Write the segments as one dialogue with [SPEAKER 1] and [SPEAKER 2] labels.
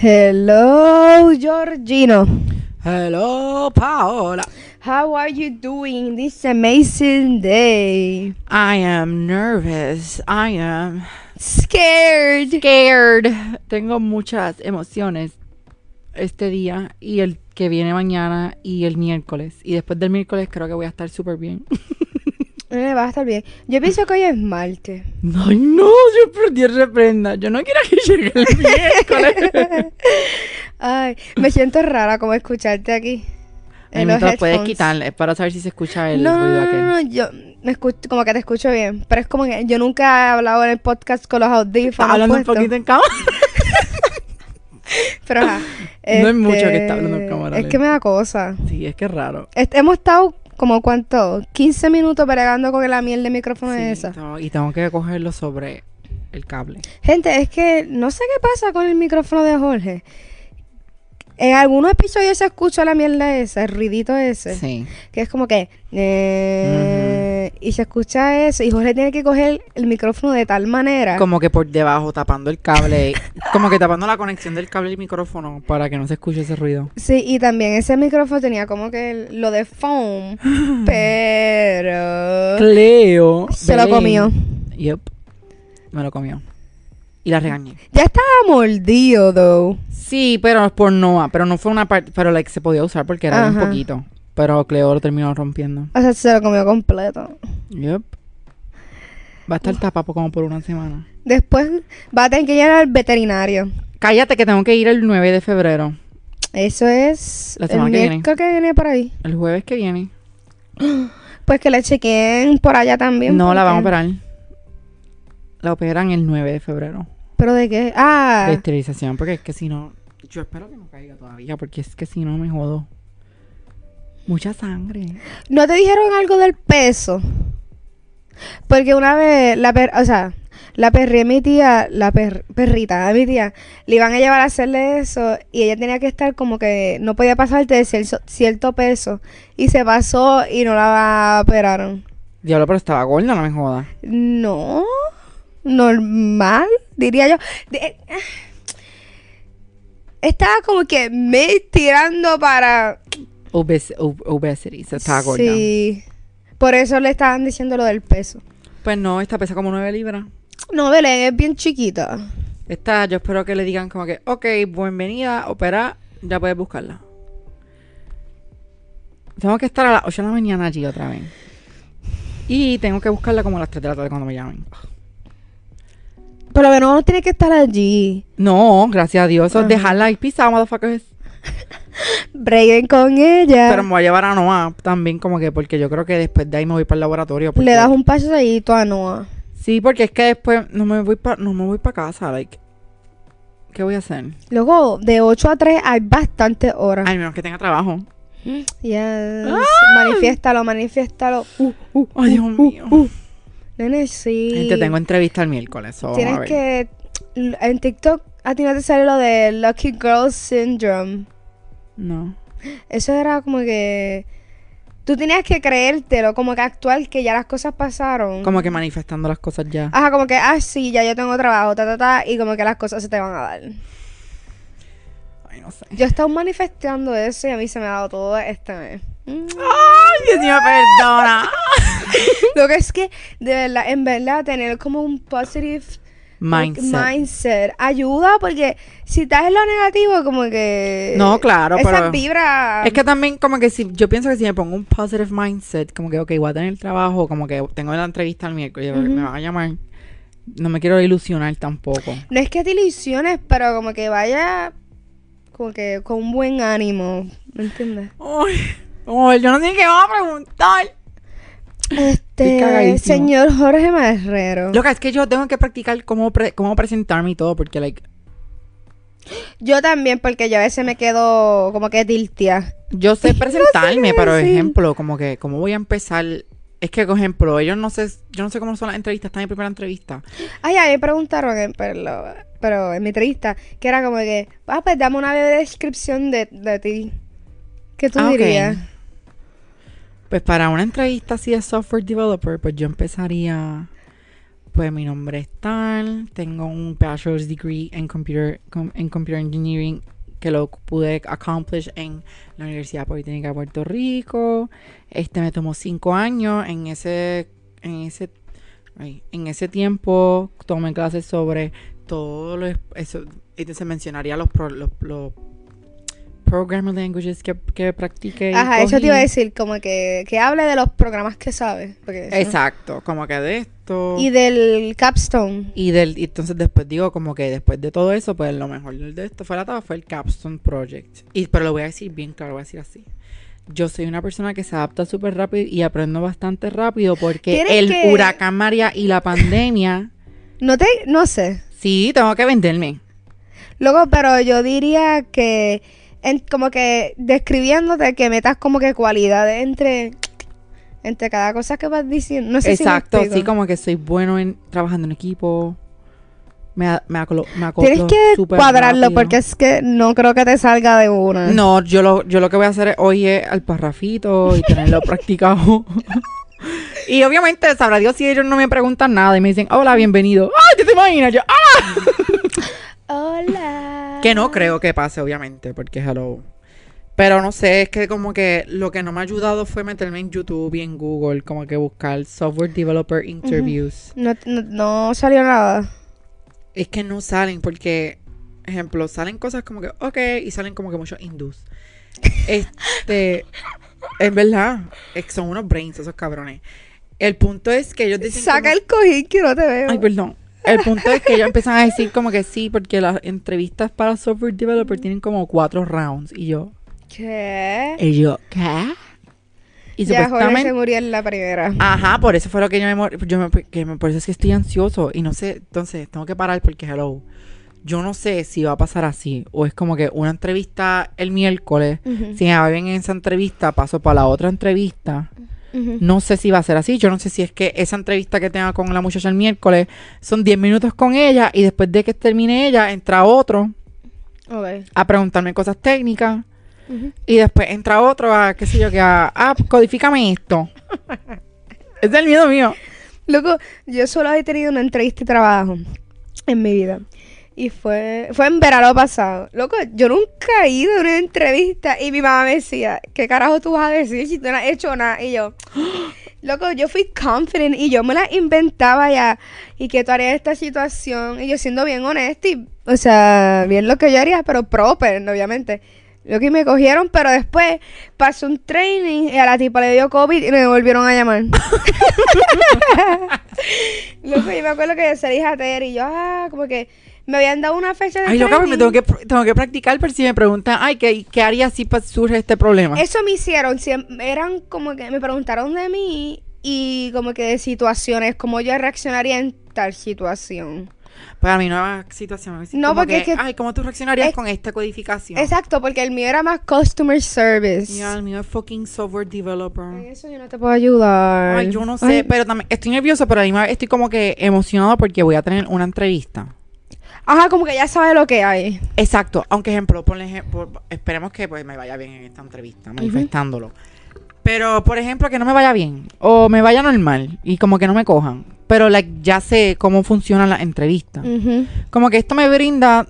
[SPEAKER 1] Hello, Georgino.
[SPEAKER 2] Hello, Paola.
[SPEAKER 1] How are you doing this amazing day?
[SPEAKER 2] I am nervous. I am
[SPEAKER 1] Scared.
[SPEAKER 2] scared. Tengo muchas emociones este día y el que viene mañana y el miércoles. Y después del miércoles creo que voy a estar súper bien.
[SPEAKER 1] Eh, va a estar bien. Yo pienso que hoy es martes.
[SPEAKER 2] Ay, no, yo perdí el reprenda. Yo no quiero que llegue el miércoles.
[SPEAKER 1] Ay, me siento rara como escucharte aquí.
[SPEAKER 2] Ay,
[SPEAKER 1] en
[SPEAKER 2] me
[SPEAKER 1] los
[SPEAKER 2] lo puedes
[SPEAKER 1] headphones.
[SPEAKER 2] quitar es para saber si se escucha el
[SPEAKER 1] No, no,
[SPEAKER 2] ruido
[SPEAKER 1] no,
[SPEAKER 2] aquel.
[SPEAKER 1] no, no, yo me escucho, como que te escucho bien. Pero es como que yo nunca he hablado en el podcast con los audífonos.
[SPEAKER 2] Está hablando
[SPEAKER 1] puestos.
[SPEAKER 2] un poquito en cámara.
[SPEAKER 1] Pero ajá.
[SPEAKER 2] No es mucho que está hablando en
[SPEAKER 1] este,
[SPEAKER 2] cámara
[SPEAKER 1] Es que me da cosa.
[SPEAKER 2] Sí, es que es raro.
[SPEAKER 1] Est- hemos estado como cuánto, 15 minutos peleando con la miel de micrófono
[SPEAKER 2] Sí,
[SPEAKER 1] esa.
[SPEAKER 2] tengo- y tengo que cogerlo sobre el cable.
[SPEAKER 1] Gente, es que no sé qué pasa con el micrófono de Jorge. En algunos episodios se escucha la mierda esa, el ruidito ese,
[SPEAKER 2] Sí.
[SPEAKER 1] que es como que... eh, Y se escucha eso, y Jorge tiene que coger el micrófono de tal manera.
[SPEAKER 2] Como que por debajo, tapando el cable. como que tapando la conexión del cable y el micrófono para que no se escuche ese ruido.
[SPEAKER 1] Sí, y también ese micrófono tenía como que el- lo de foam, pero...
[SPEAKER 2] Cleo.
[SPEAKER 1] Se lo
[SPEAKER 2] Belén.
[SPEAKER 1] comió.
[SPEAKER 2] Yep. Me lo comió. Y la regañé.
[SPEAKER 1] Ya estaba mordido, though.
[SPEAKER 2] Sí, pero por Noah. Pero no fue una parte. Pero like, se podía usar porque era un
[SPEAKER 1] Ajá.
[SPEAKER 2] poquito. Pero Cleo lo terminó rompiendo.
[SPEAKER 1] O sea, se lo comió completo.
[SPEAKER 2] Yep. Va a estar tapado como por una semana.
[SPEAKER 1] Después va a tener que llegar al veterinario.
[SPEAKER 2] Cállate que tengo que ir el 9 de febrero.
[SPEAKER 1] Eso es
[SPEAKER 2] La
[SPEAKER 1] el
[SPEAKER 2] semana que viene.
[SPEAKER 1] miércoles que viene por ahí.
[SPEAKER 2] El jueves que viene.
[SPEAKER 1] Pues que la chequeen por allá también.
[SPEAKER 2] no, la
[SPEAKER 1] porque-
[SPEAKER 2] van a operar. La operan el 9 de febrero.
[SPEAKER 1] ¿Pero de qué? Ah,
[SPEAKER 2] de esterilización, porque es que si no, yo espero que no caiga todavía, porque es que si no me jodo. Mucha sangre.
[SPEAKER 1] ¿no te dijeron algo del peso? Porque una vez, la per- o sea, la perré mi tía, la per- perrita de mi tía, le iban a llevar a hacerle eso y ella tenía que estar como que no podía pasarte de cier- cierto peso y se pasó y no la operaron.
[SPEAKER 2] Diablo, pero estaba gorda, no me joda.
[SPEAKER 1] No, normal, diría yo. De- eh, estaba como que me tirando para...
[SPEAKER 2] Obes ob- obesity, se estaba gorda.
[SPEAKER 1] Sí, por eso le estaban diciendo lo del peso.
[SPEAKER 2] Pues no, esta pesa como 9 libras.
[SPEAKER 1] No, Belén es bien chiquita.
[SPEAKER 2] Esta, yo espero que le digan como que, ok, bienvenida, opera, ya puedes buscarla. Tengo que estar a las 8 de la mañana allí otra vez. Y tengo que buscarla como a las 3 de la tarde cuando me llamen.
[SPEAKER 1] Por lo menos uno tiene que estar allí.
[SPEAKER 2] No, gracias a Dios. eso es
[SPEAKER 1] Ajá.
[SPEAKER 2] Dejarla ahí pisada, motherfuckers.
[SPEAKER 1] Breguen con ella.
[SPEAKER 2] Pero me voy a llevar a Noah también, como que, porque yo creo que después de ahí me voy para el laboratorio. porque-
[SPEAKER 1] le das un paseadito a Noah.
[SPEAKER 2] Sí, porque es que después no me voy para no me voy para casa, like. ¿Qué voy a hacer?
[SPEAKER 1] Luego, de 8 a 3 hay bastantes horas.
[SPEAKER 2] Al menos que tenga trabajo.
[SPEAKER 1] Yes. Manifiéstalo, manifiéstalo. Uh, uh,
[SPEAKER 2] Ay, Dios mío.
[SPEAKER 1] nene, sí.
[SPEAKER 2] Gente, tengo entrevista el miércoles. so vamos a
[SPEAKER 1] Tienes
[SPEAKER 2] ver.
[SPEAKER 1] que. En TikTok a ti no te sale lo de Lucky Girl Syndrome.
[SPEAKER 2] No.
[SPEAKER 1] Eso era como que. Tú tenías que creértelo, como que actuar que ya las cosas pasaron.
[SPEAKER 2] Como que manifestando las cosas ya.
[SPEAKER 1] Ajá, como que, ah, sí, ya yo tengo trabajo, ta, ta, ta, y como que las cosas se te van a dar.
[SPEAKER 2] Ay, no sé.
[SPEAKER 1] Yo he estado manifestando eso y a mí se me ha dado todo este mes. Mm.
[SPEAKER 2] Ay, Dios mío, perdona.
[SPEAKER 1] Lo que es que, de verdad, en verdad, tener como un positive
[SPEAKER 2] Mindset.
[SPEAKER 1] mindset ayuda porque si estás en lo negativo, como que.
[SPEAKER 2] No, claro,
[SPEAKER 1] Esas
[SPEAKER 2] pero-
[SPEAKER 1] vibras.
[SPEAKER 2] Es que también como que si yo pienso que si me pongo un positive mindset, como que ok, voy a tener trabajo, como que tengo la entrevista el miércoles,
[SPEAKER 1] Ujú.
[SPEAKER 2] me van a llamar. No me quiero ilusionar tampoco.
[SPEAKER 1] No es que te ilusiones, pero como que vaya como que con un buen ánimo, ¿me entiendes?
[SPEAKER 2] Ay, ay, yo no sé qué me va a preguntar.
[SPEAKER 1] Este,
[SPEAKER 2] cagadísima.
[SPEAKER 1] señor Jorge Marrero.
[SPEAKER 2] Loca, es que yo tengo que practicar cómo, pre- cómo presentarme y todo, porque like,
[SPEAKER 1] Yo también, porque yo a veces me quedo como que tiltia.
[SPEAKER 2] yo sé presentarme, pero
[SPEAKER 1] decir.
[SPEAKER 2] ejemplo, como que cómo voy a empezar. Es que, por ejemplo, ellos no sé, yo no sé cómo son las entrevistas, esta es mi primera entrevista.
[SPEAKER 1] Ay, a mí me preguntaron, en, pero, pero en mi entrevista, que era como que, ah, pues dame una breve descripción de, de ti. ¿Qué tú
[SPEAKER 2] Ah, ok.
[SPEAKER 1] dirías?
[SPEAKER 2] Pues para una entrevista así de software developer, pues yo empezaría pues mi nombre es tal, tengo un bachelor's degree en computer, com- en computer engineering que lo pude accomplish en la Universidad Politécnica de Puerto Rico. Este me tomó cinco años en ese, en ese, ay, en ese tiempo tomé clases sobre todo lo, eso, entonces mencionaría los, pro- los, los programming languages que, que practiqué. y
[SPEAKER 1] Ajá, eso te iba a
[SPEAKER 2] cogí.
[SPEAKER 1] decir, como que, que hable de los programas que sabes. porque eso-
[SPEAKER 2] Exacto, como que de esto.
[SPEAKER 1] Y del capstone.
[SPEAKER 2] Y del, y entonces después digo como que después de todo eso, pues lo mejor de esto fue la etapa, fue el Capstone Project. Y, pero lo voy a decir bien claro, lo voy a decir así. Yo soy una persona que se adapta súper rápido y aprendo bastante rápido porque
[SPEAKER 1] Tienes
[SPEAKER 2] el
[SPEAKER 1] que-
[SPEAKER 2] huracán María y la pandemia,
[SPEAKER 1] No te, no sé.
[SPEAKER 2] sí, tengo que venderme.
[SPEAKER 1] Luego, pero yo diría que, en- como que describiéndote, que metas como que cualidades entre, entre cada cosa que vas diciendo. No sé si
[SPEAKER 2] Exacto,
[SPEAKER 1] me
[SPEAKER 2] sí,
[SPEAKER 1] explico.
[SPEAKER 2] como que soy bueno en trabajando en equipo. Me, a- me, acolo- me acoplo
[SPEAKER 1] Tienes que
[SPEAKER 2] súper
[SPEAKER 1] cuadrarlo
[SPEAKER 2] rápido.
[SPEAKER 1] porque es que no creo que te salga de una.
[SPEAKER 2] No, yo lo, yo lo que voy a hacer es oye al parrafito y tenerlo practicado. y obviamente, sabrá Dios si ellos no me preguntan nada y me dicen, hola, bienvenido. ¡Ay, ¿tú te imaginas! Yo, ¡ah!
[SPEAKER 1] Hola.
[SPEAKER 2] Que no creo que pase, obviamente, porque hello. Pero no sé, es que como que lo que no me ha ayudado fue meterme en YouTube y en Google, como que buscar software developer interviews.
[SPEAKER 1] No, no, no salió nada.
[SPEAKER 2] Es que no salen porque, ejemplo, salen cosas como que, ok, y salen como que muchos hindús. Este, es verdad, es que son unos brains esos cabrones. El punto es que ellos dicen...
[SPEAKER 1] Saca
[SPEAKER 2] como-
[SPEAKER 1] el cojín que no te veo.
[SPEAKER 2] Ay, perdón. El punto es que ellos empiezan a decir como que sí, porque las entrevistas para software developer tienen como cuatro rounds. Y yo,
[SPEAKER 1] ¿Qué?
[SPEAKER 2] y yo, ¿qué? Y
[SPEAKER 1] ya Jorge
[SPEAKER 2] supuestamente...
[SPEAKER 1] se murió en la primera.
[SPEAKER 2] Ajá, por eso fue lo que yo me, mor- yo me- que me- por eso es que estoy ansioso y no sé, entonces tengo que parar porque hello. Yo no sé si va a pasar así o es como que una entrevista el miércoles,
[SPEAKER 1] Ujú,
[SPEAKER 2] si me va bien en esa entrevista, paso para la otra entrevista.
[SPEAKER 1] ujú.
[SPEAKER 2] No sé si va a ser así, yo no sé si es que esa entrevista que tenga con la muchacha el miércoles son 10 minutos con ella y después de que termine ella entra otro
[SPEAKER 1] Ok.
[SPEAKER 2] a preguntarme cosas técnicas
[SPEAKER 1] Ujú.
[SPEAKER 2] y después entra otro a qué sé yo, que a, ah, codifícame esto. es el miedo mío.
[SPEAKER 1] Loco, yo solo he tenido una entrevista de trabajo en mi vida. Y fue, fue en verano pasado. Loco, yo nunca he ido a una entrevista y mi mamá me decía, ¿qué carajo tú vas a decir si tú no has hecho nada? Y yo, loco, yo fui confident y yo me la inventaba ya. ¿Y qué tú harías en esta situación? Y yo siendo bien honesta y, o sea, bien lo que yo haría, pero proper, obviamente. Lo que me cogieron, pero después pasó un training y a la tipa le dio COVID y me volvieron a llamar. Loco, yo me acuerdo que se dije a Ter y yo, ah, como que me habían dado una fecha de
[SPEAKER 2] Ay, loca, me
[SPEAKER 1] training.
[SPEAKER 2] tengo que, pr- tengo que practicar, pero si me preguntan, ay, ¿qué, qué haría si pa- surge este problema?
[SPEAKER 1] Eso me hicieron, siem- eran como que me preguntaron de mí y como que de situaciones, cómo yo reaccionaría en tal situación.
[SPEAKER 2] Para mi nueva situación. así
[SPEAKER 1] No,
[SPEAKER 2] como
[SPEAKER 1] porque es que-
[SPEAKER 2] Ay, ¿cómo tú reaccionarías
[SPEAKER 1] es-
[SPEAKER 2] con esta codificación?
[SPEAKER 1] Exacto, porque el mío era más customer service.
[SPEAKER 2] Mira, el mío es fucking software
[SPEAKER 1] En
[SPEAKER 2] developer.
[SPEAKER 1] eso yo no te puedo ayudar.
[SPEAKER 2] Ay, yo no sé,
[SPEAKER 1] Ay,
[SPEAKER 2] pero también estoy nerviosa, pero además estoy como que emocionada porque voy a tener una entrevista.
[SPEAKER 1] Ajá, como que ya sabe lo que hay.
[SPEAKER 2] Exacto, aunque ejemplo, por ejemplo, esperemos que pues me vaya bien en esta entrevista, manifestándolo. Pero por ejemplo, que no me vaya bien o me vaya normal y como que no me cojan, pero like, ya sé cómo funcionan las entrevistas.
[SPEAKER 1] Ujú.
[SPEAKER 2] Como que esto me brinda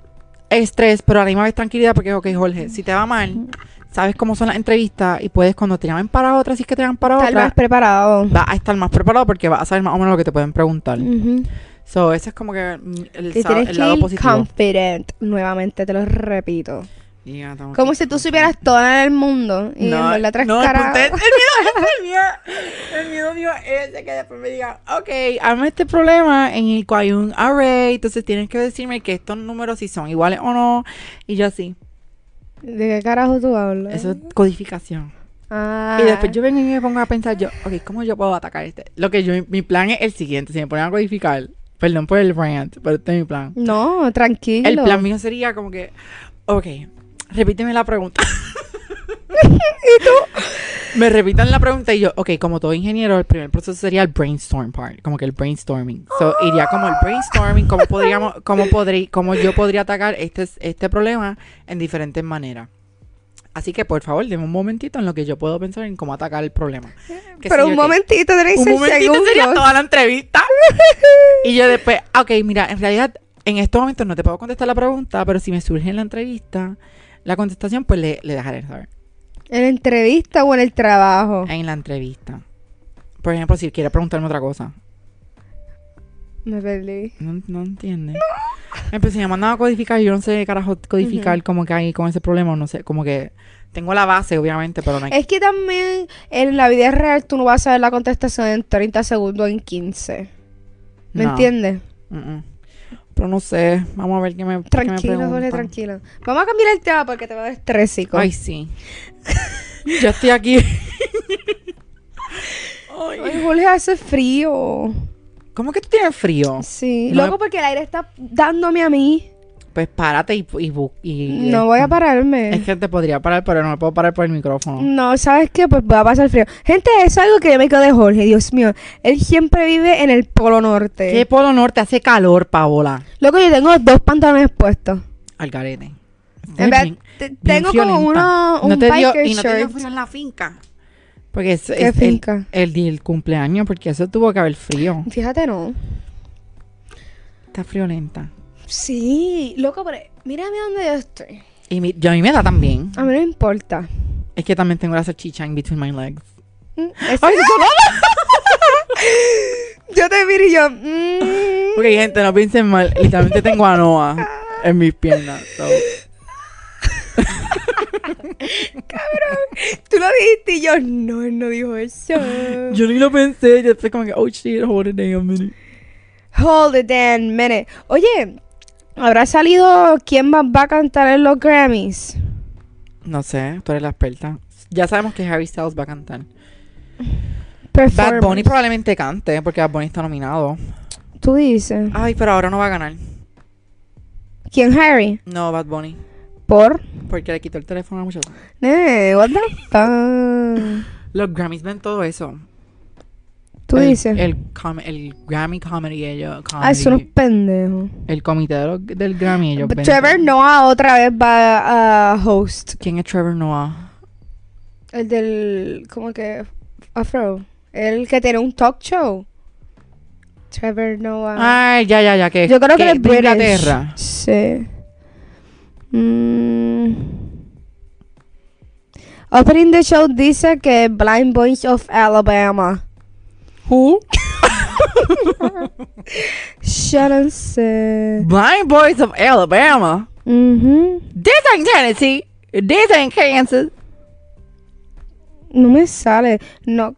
[SPEAKER 2] estrés, pero a la misma vez tranquilidad, porque, ok, Jorge, si te va mal, sabes cómo son las entrevistas y puedes, cuando te llamen para otra, si es que te llaman para
[SPEAKER 1] Estar
[SPEAKER 2] otra,
[SPEAKER 1] más preparado.
[SPEAKER 2] vas a estar más preparado porque vas a saber más o menos lo que te pueden preguntar.
[SPEAKER 1] Ujú.
[SPEAKER 2] So, ese es como que mm, el,
[SPEAKER 1] Te
[SPEAKER 2] sa-
[SPEAKER 1] tienes
[SPEAKER 2] el
[SPEAKER 1] que
[SPEAKER 2] lado
[SPEAKER 1] ir
[SPEAKER 2] positivo.
[SPEAKER 1] confident. Nuevamente te lo repito.
[SPEAKER 2] Yeah, tengo que
[SPEAKER 1] Como
[SPEAKER 2] ir
[SPEAKER 1] si tú
[SPEAKER 2] confident.
[SPEAKER 1] supieras todo en el mundo. Y en verdad tres
[SPEAKER 2] no, el
[SPEAKER 1] caras-
[SPEAKER 2] punto es- el miedo es el miedo. El miedo mío es de que después me digan, ok, hazme este problema en el cual hay un array, entonces tienes que decirme que estos números si son iguales o no. Y yo así,
[SPEAKER 1] ¿De qué carajo tú hablas?
[SPEAKER 2] eso es codificación.
[SPEAKER 1] Ah.
[SPEAKER 2] Y después yo vengo y me pongo a pensar yo, ok, ¿cómo yo puedo atacar este? Lo que yo, mi plan es el siguiente, si me ponen a codificar, perdón por el rant, pero este es mi plan.
[SPEAKER 1] No, tranquilo.
[SPEAKER 2] El plan mío sería como que, ok, repíteme la pregunta. ¿Y tú? Me repitan la pregunta y yo, ok, como todo ingeniero, el primer proceso sería el brainstorm part, como que el brainstorming. So, iría como el brainstorming, cómo podríamos, cómo podrí, cómo yo podría atacar este, este problema en diferentes maneras. Así que por favor, denme un momentito en lo que yo puedo pensar en cómo atacar el problema. Qué sé
[SPEAKER 1] Eh, Pero
[SPEAKER 2] yo
[SPEAKER 1] un
[SPEAKER 2] qué.
[SPEAKER 1] momentito, tenéis
[SPEAKER 2] Un
[SPEAKER 1] seis
[SPEAKER 2] momentito sería
[SPEAKER 1] segundos.
[SPEAKER 2] toda la entrevista. y yo después, ah, ok, mira, en realidad en estos momentos no te puedo contestar la pregunta, pero si me surge en la entrevista la contestación, pues le, le dejaré saber.
[SPEAKER 1] ¿En la entrevista o en el trabajo?
[SPEAKER 2] En la entrevista. Por ejemplo, si quiere preguntarme otra cosa.
[SPEAKER 1] Me perdí.
[SPEAKER 2] No, no entiende. Empecé a mandar a codificar. Yo no sé, carajo, codificar como que hay con ese problema. No sé, como que tengo la base, obviamente, pero no hay.
[SPEAKER 1] Es que también en la vida real tú no vas a saber la contestación en 30 segundos o en 15. ¿Me
[SPEAKER 2] no.
[SPEAKER 1] entiendes?
[SPEAKER 2] Mm, mm. Pero no sé. Vamos a ver qué me. qué me
[SPEAKER 1] Tranquilo, Jorge,
[SPEAKER 2] preguntan.
[SPEAKER 1] tranquilo. Vamos a cambiar el tema porque te va a dar estrésico.
[SPEAKER 2] Ay, sí. Yo estoy aquí. Ay.
[SPEAKER 1] Ay, Jorge, hace frío.
[SPEAKER 2] ¿Cómo que tú tienes frío?
[SPEAKER 1] Sí.
[SPEAKER 2] No me-
[SPEAKER 1] Loco, porque el aire está dándome a mí.
[SPEAKER 2] Pues párate y. y, bu- y- eh,
[SPEAKER 1] No voy a pararme.
[SPEAKER 2] Es que te podría parar, pero no me puedo parar por el micrófono.
[SPEAKER 1] No, ¿sabes qué? Pues va a pasar frío. Gente, eso es algo que yo me quedo de Jorge, Dios mío. Él siempre vive en el Polo Norte.
[SPEAKER 2] ¿Qué polo norte hace calor, Paola?
[SPEAKER 1] Loco, yo tengo dos pantalones puestos.
[SPEAKER 2] Al garete. Estoy
[SPEAKER 1] En verdad,
[SPEAKER 2] bien-
[SPEAKER 1] te-
[SPEAKER 2] bien
[SPEAKER 1] tengo como
[SPEAKER 2] violenta.
[SPEAKER 1] uno, un
[SPEAKER 2] no te dio,
[SPEAKER 1] biker
[SPEAKER 2] y no te dio
[SPEAKER 1] shirt.
[SPEAKER 2] frío en la finca. Porque es,
[SPEAKER 1] ¿Qué
[SPEAKER 2] es el-
[SPEAKER 1] finca?
[SPEAKER 2] El, día del cumpleaños, porque eso tuvo que haber frío.
[SPEAKER 1] Fíjate, no.
[SPEAKER 2] Está friolenta.
[SPEAKER 1] Sí, loco, pero mírame donde yo estoy.
[SPEAKER 2] Y mi- yo a mí me da también.
[SPEAKER 1] A mí no me importa.
[SPEAKER 2] Es que también tengo la salchicha in between my legs.
[SPEAKER 1] Mm, es-
[SPEAKER 2] ¡Ay, eso
[SPEAKER 1] yo te miro y yo. mm.
[SPEAKER 2] Ok, gente, no piensen mal. Literalmente tengo a Noah en mis piernas. so.
[SPEAKER 1] Tú lo dijiste y yo, no, él no dijo eso.
[SPEAKER 2] Yo ni lo pensé. Yo estoy como que, oh shit, hold it damn minute.
[SPEAKER 1] Hold it then, minute. Oye, ¿habrá salido quién más va a cantar en los Grammys?
[SPEAKER 2] No sé, tú eres la experta. Ya sabemos que Harry Styles va a cantar. Bad
[SPEAKER 1] Performance.
[SPEAKER 2] Bunny probablemente cante, porque Bad Bunny está nominado.
[SPEAKER 1] Tú dices.
[SPEAKER 2] Ay, pero ahora no va a ganar.
[SPEAKER 1] ¿Quién Harry?
[SPEAKER 2] No, Bad Bunny.
[SPEAKER 1] Por.
[SPEAKER 2] Porque le quitó el teléfono a la muchacha.
[SPEAKER 1] Eh, what the fuck.
[SPEAKER 2] Los Grammys ven todo eso.
[SPEAKER 1] Tú
[SPEAKER 2] el,
[SPEAKER 1] dices.
[SPEAKER 2] El, com- el Grammy Comedy, ellos.
[SPEAKER 1] Ah, es unos
[SPEAKER 2] comedy.
[SPEAKER 1] pendejos.
[SPEAKER 2] El comité de los- del Grammy, ellos. ven
[SPEAKER 1] Trevor
[SPEAKER 2] todo.
[SPEAKER 1] Noah otra vez va a host.
[SPEAKER 2] ¿Quién es Trevor Noah?
[SPEAKER 1] El del. ¿Cómo que? Afro. El que tiene un talk show. Trevor Noah.
[SPEAKER 2] Ay, ya, ya, ya. Que,
[SPEAKER 1] Yo creo que, es
[SPEAKER 2] de
[SPEAKER 1] British.
[SPEAKER 2] Inglaterra.
[SPEAKER 1] Sí. Mm. Opening the show dice que Blind Boys of Alabama.
[SPEAKER 2] Who?
[SPEAKER 1] Shannon se.
[SPEAKER 2] Blind Boys of Alabama.
[SPEAKER 1] Ujú.
[SPEAKER 2] This ain't Tennessee. This ain't Kansas.
[SPEAKER 1] No me sale. No.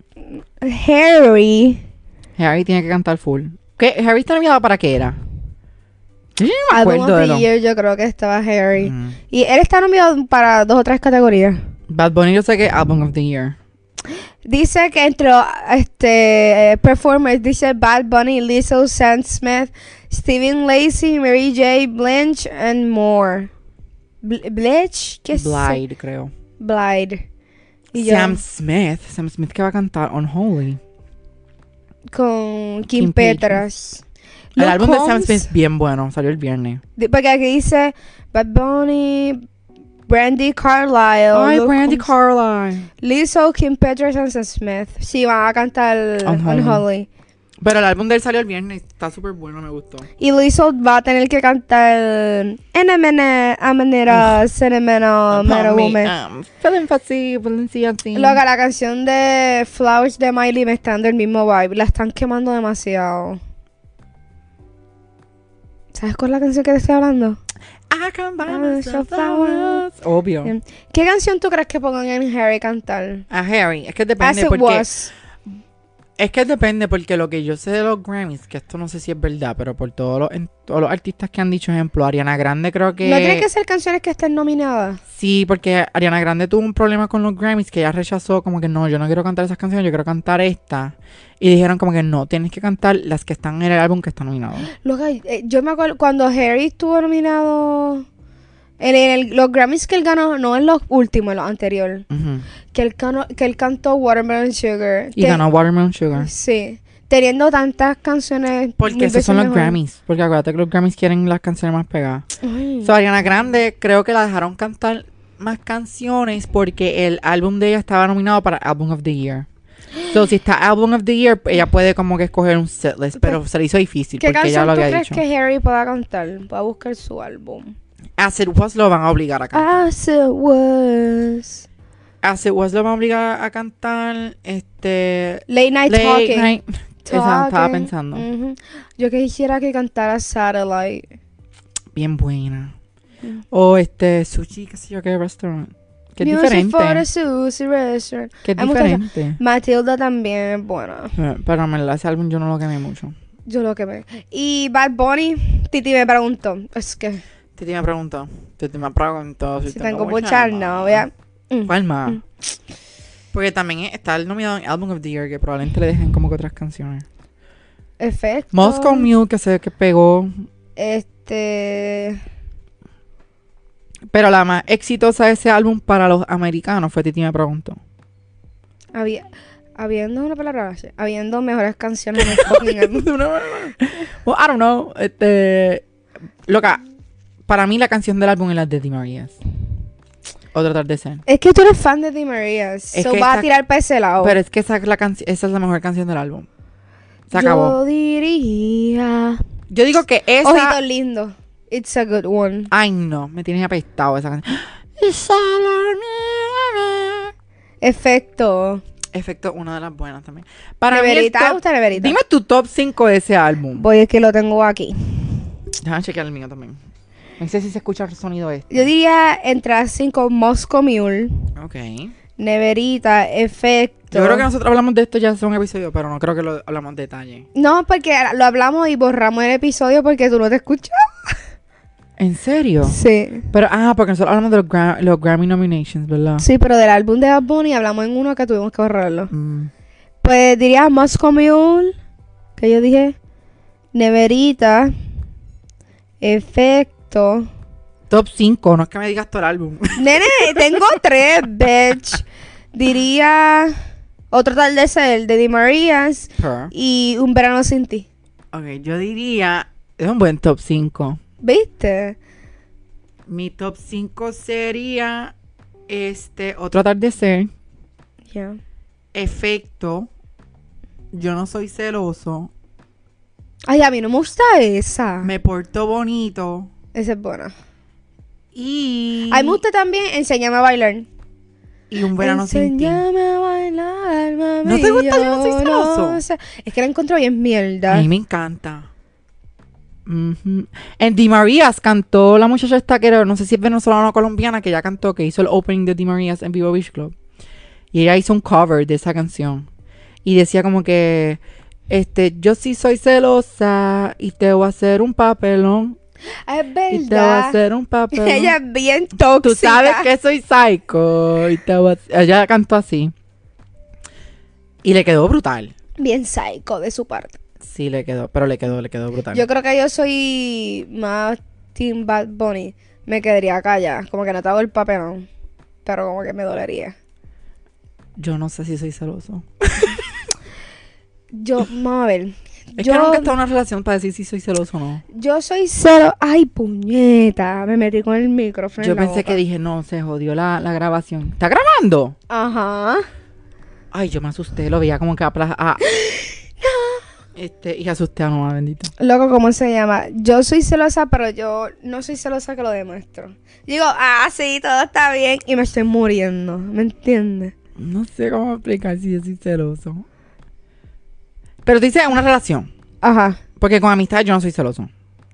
[SPEAKER 1] Harry.
[SPEAKER 2] Harry tiene que cantar full. ¿Qué? ¿Harry está nominado para qué era? Yo ni me
[SPEAKER 1] Album
[SPEAKER 2] acuerdo
[SPEAKER 1] of the
[SPEAKER 2] de lo-
[SPEAKER 1] Year, yo creo que estaba Harry.
[SPEAKER 2] Mm.
[SPEAKER 1] Y él está nominado para dos o tres categorías.
[SPEAKER 2] Bad Bunny yo sé que Album of the Year.
[SPEAKER 1] Dice que entre este eh, performers dice Bad Bunny, Lizzo, Sam Smith, Steven Lacey, Mary J. Blige and more. Bl- Blige, ¿qué es?
[SPEAKER 2] Blide, creo.
[SPEAKER 1] Blide. Y yo
[SPEAKER 2] Sam Smith. Sam Smith que va a cantar Unholy.
[SPEAKER 1] con Kim,
[SPEAKER 2] Kim
[SPEAKER 1] Petras.
[SPEAKER 2] El
[SPEAKER 1] Luke
[SPEAKER 2] álbum de Sam
[SPEAKER 1] Combs,
[SPEAKER 2] Smith es bien bueno. Salió el viernes.
[SPEAKER 1] di- Porque aquí dice Bad Bunny, Brandy Carlisle,
[SPEAKER 2] Ay,
[SPEAKER 1] Luke
[SPEAKER 2] Brandy
[SPEAKER 1] Combs,
[SPEAKER 2] Carlisle.
[SPEAKER 1] Lizzo, Kim Petras and Sam Smith. Sí, van a cantar
[SPEAKER 2] Unholy.
[SPEAKER 1] Unholy.
[SPEAKER 2] Pero el álbum de él salió el viernes. Está súper bueno, me gustó.
[SPEAKER 1] Y Lizzo va a tener que cantar Enemene, Amanera,
[SPEAKER 2] Ah,
[SPEAKER 1] Cinnamon, Mera Oh, Woman.
[SPEAKER 2] Feeling fuzzy, Valencia, así.
[SPEAKER 1] Loca, la canción de Flowers de Miley me está dando el mismo vibe. La están quemando demasiado. ¿Sabes cuál es la canción que te estoy hablando?
[SPEAKER 2] I can buy
[SPEAKER 1] Ah, flowers. Em.
[SPEAKER 2] myself flowers. Obvio.
[SPEAKER 1] Bien. ¿Qué canción tú crees que pongan en Harry cantar?
[SPEAKER 2] A Harry. Es que
[SPEAKER 1] As
[SPEAKER 2] depende
[SPEAKER 1] it
[SPEAKER 2] porque...
[SPEAKER 1] was.
[SPEAKER 2] Es que depende, porque lo que yo sé de los Grammys, que esto no sé si es verdad, pero por todos los, en- todos los artistas que han dicho, ejemplo, Ariana Grande creo que...
[SPEAKER 1] No tienen que ser canciones que estén nominadas.
[SPEAKER 2] Sí, porque Ariana Grande tuvo un problema con los Grammys, que ella rechazó como que no, yo no quiero cantar esas canciones, yo quiero cantar esta. Y dijeron como que no, tienes que cantar las que están en el álbum que está nominado.
[SPEAKER 1] Loca, eh, yo me acuerdo cuando Harry estuvo nominado en el- los Grammys que él ganó, no en los últimos, en los anteriores.
[SPEAKER 2] Ujú.
[SPEAKER 1] que él, cano- que él cantó Watermelon Sugar.
[SPEAKER 2] Y
[SPEAKER 1] que-
[SPEAKER 2] ganó Watermelon Sugar.
[SPEAKER 1] Sí. Teniendo tantas canciones. mil
[SPEAKER 2] Porque esos
[SPEAKER 1] veces
[SPEAKER 2] son los
[SPEAKER 1] mejor.
[SPEAKER 2] Grammys. Porque acuérdate que los Grammys quieren las canciones más pegadas.
[SPEAKER 1] Ay.
[SPEAKER 2] So, Ariana Grande creo que la dejaron cantar más canciones porque el álbum de ella estaba nominado para Album of the Year. So, si está Album of the Year, ella puede como que escoger un setlist, pero se le hizo difícil
[SPEAKER 1] ¿Qué
[SPEAKER 2] porque ella
[SPEAKER 1] canción
[SPEAKER 2] lo
[SPEAKER 1] tú
[SPEAKER 2] había
[SPEAKER 1] crees
[SPEAKER 2] dicho.
[SPEAKER 1] que Harry pueda cantar? Voy a buscar su álbum.
[SPEAKER 2] As It Was lo van a obligar a cantar.
[SPEAKER 1] As it was.
[SPEAKER 2] As It Was lo van a obligar a cantar. Este.
[SPEAKER 1] Late Night
[SPEAKER 2] Late
[SPEAKER 1] Talking.
[SPEAKER 2] Night- Esa estaba
[SPEAKER 1] Talking.
[SPEAKER 2] pensando.
[SPEAKER 1] Ujú. Yo quisiera que cantara Satellite.
[SPEAKER 2] Bien buena.
[SPEAKER 1] Mm.
[SPEAKER 2] O este, sushi, qué sé yo, qué restaurant. Que es
[SPEAKER 1] Music
[SPEAKER 2] diferente.
[SPEAKER 1] for a Susie Restaurant.
[SPEAKER 2] Que es
[SPEAKER 1] Hay muchas-
[SPEAKER 2] diferente.
[SPEAKER 1] Matilda también es buena.
[SPEAKER 2] Eh, Pero me la- ese álbum yo no lo quemé mucho.
[SPEAKER 1] Yo lo que me. Y Bad Bunny, Titi me preguntó. Es que
[SPEAKER 2] Titi me preguntó. Titi me preguntó
[SPEAKER 1] si tengo buchar, no, vea. Mm.
[SPEAKER 2] ¿Cuál más?
[SPEAKER 1] Mm.
[SPEAKER 2] Porque también está el nominado en Album of the Year, que probablemente le dejen como que otras canciones.
[SPEAKER 1] Efecto.
[SPEAKER 2] Moscow Mule, que sé que pegó.
[SPEAKER 1] Este.
[SPEAKER 2] Pero la más exitosa de ese álbum para los americanos fue Titi me preguntó.
[SPEAKER 1] Había. Habiendo una palabra, sí, habiendo mejores canciones en el fucking álbum.
[SPEAKER 2] Well, I don't know. Este, loca, para mí la canción del álbum es la de Di Marías. O tratar de ser.
[SPEAKER 1] Es que tú eres fan de Di María, so
[SPEAKER 2] que
[SPEAKER 1] vas
[SPEAKER 2] esta-
[SPEAKER 1] a tirar para ese lado.
[SPEAKER 2] Pero es que esa es, la canci- esa es la mejor canción del álbum. Se acabó.
[SPEAKER 1] Yo diría.
[SPEAKER 2] Yo digo que esa.
[SPEAKER 1] Ojito lindo. It's a good one.
[SPEAKER 2] Ay, no, me tienes apestado esa canción. Esa la-
[SPEAKER 1] Efecto.
[SPEAKER 2] Efecto, una de las buenas también. Para mí, el
[SPEAKER 1] Neverita,
[SPEAKER 2] top-
[SPEAKER 1] gusta Neverita.
[SPEAKER 2] dime tu top 5 de ese álbum.
[SPEAKER 1] Voy, es que lo tengo aquí.
[SPEAKER 2] Déjame chequear el mío también. No sé si se escucha el sonido este.
[SPEAKER 1] Yo diría entre las 5 Moscow Mule,
[SPEAKER 2] Ok.
[SPEAKER 1] Neverita, Efecto.
[SPEAKER 2] Yo creo que nosotros hablamos de esto ya hace un episodio, pero no creo que lo hablamos en detalle.
[SPEAKER 1] No, porque lo hablamos y borramos el episodio porque tú no te escuchas.
[SPEAKER 2] ¿En serio?
[SPEAKER 1] Sí.
[SPEAKER 2] Pero, ah, porque nosotros hablamos de los, Gra- los Grammy nominations, ¿verdad?
[SPEAKER 1] Sí, pero del álbum de Bad Bunny hablamos en uno que tuvimos que borrarlo.
[SPEAKER 2] Mm.
[SPEAKER 1] Pues diría Moscow Mule, que yo dije, Neverita, Efecto.
[SPEAKER 2] Top 5, no es que me digas todo el álbum.
[SPEAKER 1] Nene, tengo tres, bitch. Diría otro tal de ser, de Di Marías y Un verano sin ti.
[SPEAKER 2] ok, yo diría, es un buen top 5.
[SPEAKER 1] ¿Viste?
[SPEAKER 2] Mi top 5 sería, este, Otro Atardecer,
[SPEAKER 1] Ya.
[SPEAKER 2] Efecto, Yo no soy celoso,
[SPEAKER 1] Ay, a mí no me gusta esa.
[SPEAKER 2] Me porto bonito
[SPEAKER 1] Esa es buena.
[SPEAKER 2] y...
[SPEAKER 1] A mí me gusta también Enséñame a bailar.
[SPEAKER 2] Y un verano sin ti.
[SPEAKER 1] Enséñame a bailar, mami.
[SPEAKER 2] ¿No te gusta Yo no soy celoso?
[SPEAKER 1] sé. Es que la encuentro bien mierda.
[SPEAKER 2] A mí me encanta. Ujú. En Di Marías cantó la muchacha esta que era, no sé si es venezolana o colombiana, que ya cantó, que hizo el opening de Di Marías en Vivo Beach Club. Y ella hizo un cover de esa canción. Y decía como que, este, yo sí soy celosa y te voy a hacer un papelón.
[SPEAKER 1] Ah, es
[SPEAKER 2] Y te voy a
[SPEAKER 1] verdad.
[SPEAKER 2] hacer un papelón.
[SPEAKER 1] Ella es bien
[SPEAKER 2] Tú
[SPEAKER 1] tóxica.
[SPEAKER 2] sabes que soy psycho. Y te voy a- Ella cantó así. Y le quedó brutal.
[SPEAKER 1] Bien psycho de su parte.
[SPEAKER 2] Sí, le quedó, pero le quedó, le quedó brutal.
[SPEAKER 1] Yo creo que yo soy más Team Bad Bunny. Me quedaría callada. Como que no te hago el papelón. Pero como que me dolería.
[SPEAKER 2] Yo no sé si soy celoso.
[SPEAKER 1] Yo, vamos a ver.
[SPEAKER 2] Es
[SPEAKER 1] yo,
[SPEAKER 2] que nunca he estado en una relación para decir si soy celoso o no.
[SPEAKER 1] yo soy cero. Ay, puñeta. Me metí con el micrófono. en
[SPEAKER 2] Yo
[SPEAKER 1] la
[SPEAKER 2] pensé
[SPEAKER 1] boca.
[SPEAKER 2] que dije, no, se jodió la, la grabación. ¿Está grabando?
[SPEAKER 1] Ajá.
[SPEAKER 2] Ay, yo me asusté, lo veía como que apla- ah. Este, y asusté a Noah, bendito.
[SPEAKER 1] Loco, ¿cómo se llama? Yo soy celosa, pero yo no soy celosa que lo demuestro. Digo, ah, sí, todo está bien. Y me estoy muriendo. ¿Me entiendes?
[SPEAKER 2] No sé cómo explicar si yo soy celoso. Pero te dice una relación.
[SPEAKER 1] Ajá.
[SPEAKER 2] Porque con amistad yo no soy celoso.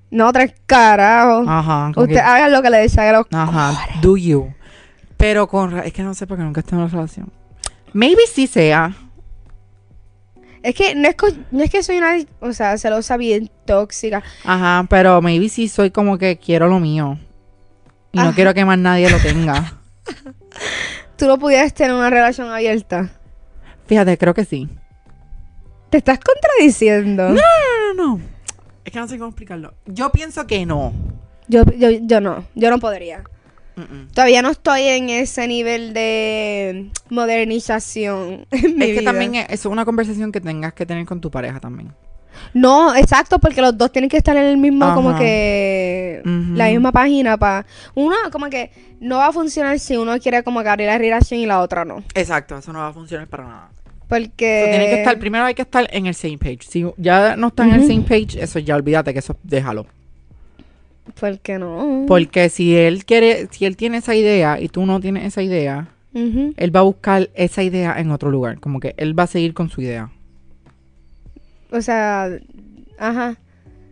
[SPEAKER 1] No, tres carajos.
[SPEAKER 2] Ajá. como que-
[SPEAKER 1] Usted haga lo que le deshaga los
[SPEAKER 2] Ajá. Do you. Pero con... ra- Es que no sé porque nunca he estado en una relación. Maybe sí sea.
[SPEAKER 1] Es que no es, co- no es que soy una, o sea, celosa bien tóxica.
[SPEAKER 2] Ajá, pero maybe sí soy como que quiero lo mío. Y no
[SPEAKER 1] Ajá.
[SPEAKER 2] quiero que más nadie lo tenga.
[SPEAKER 1] Tú no pudieras tener una relación abierta.
[SPEAKER 2] Fíjate, creo que sí.
[SPEAKER 1] Te estás contradiciendo.
[SPEAKER 2] No, no, no. Es que no sé cómo explicarlo. Yo pienso que no.
[SPEAKER 1] Yo, yo, yo no, yo no podría. Todavía no estoy en ese nivel de modernización. en mi
[SPEAKER 2] Es que
[SPEAKER 1] vida.
[SPEAKER 2] también es es una conversación que tengas que tener con tu pareja también.
[SPEAKER 1] No, exacto, porque los dos tienen que estar en el mismo, como
[SPEAKER 2] Ajá.
[SPEAKER 1] que
[SPEAKER 2] Ujú.
[SPEAKER 1] la misma página para una como que no va a funcionar si uno quiere como que abrir la relación y la otra no,
[SPEAKER 2] Exacto, eso no va a funcionar para nada.
[SPEAKER 1] porque
[SPEAKER 2] Eso tiene que estar, primero hay que estar en el same page. Si ya no está en el
[SPEAKER 1] Eh. Ujú.
[SPEAKER 2] same page, eso ya olvídate que eso déjalo.
[SPEAKER 1] porque no.
[SPEAKER 2] Porque si él quiere, si él tiene esa idea y tú no tienes esa idea,
[SPEAKER 1] Ujú.
[SPEAKER 2] él va a buscar esa idea en otro lugar. Como que él va a seguir con su idea.
[SPEAKER 1] O sea, ajá.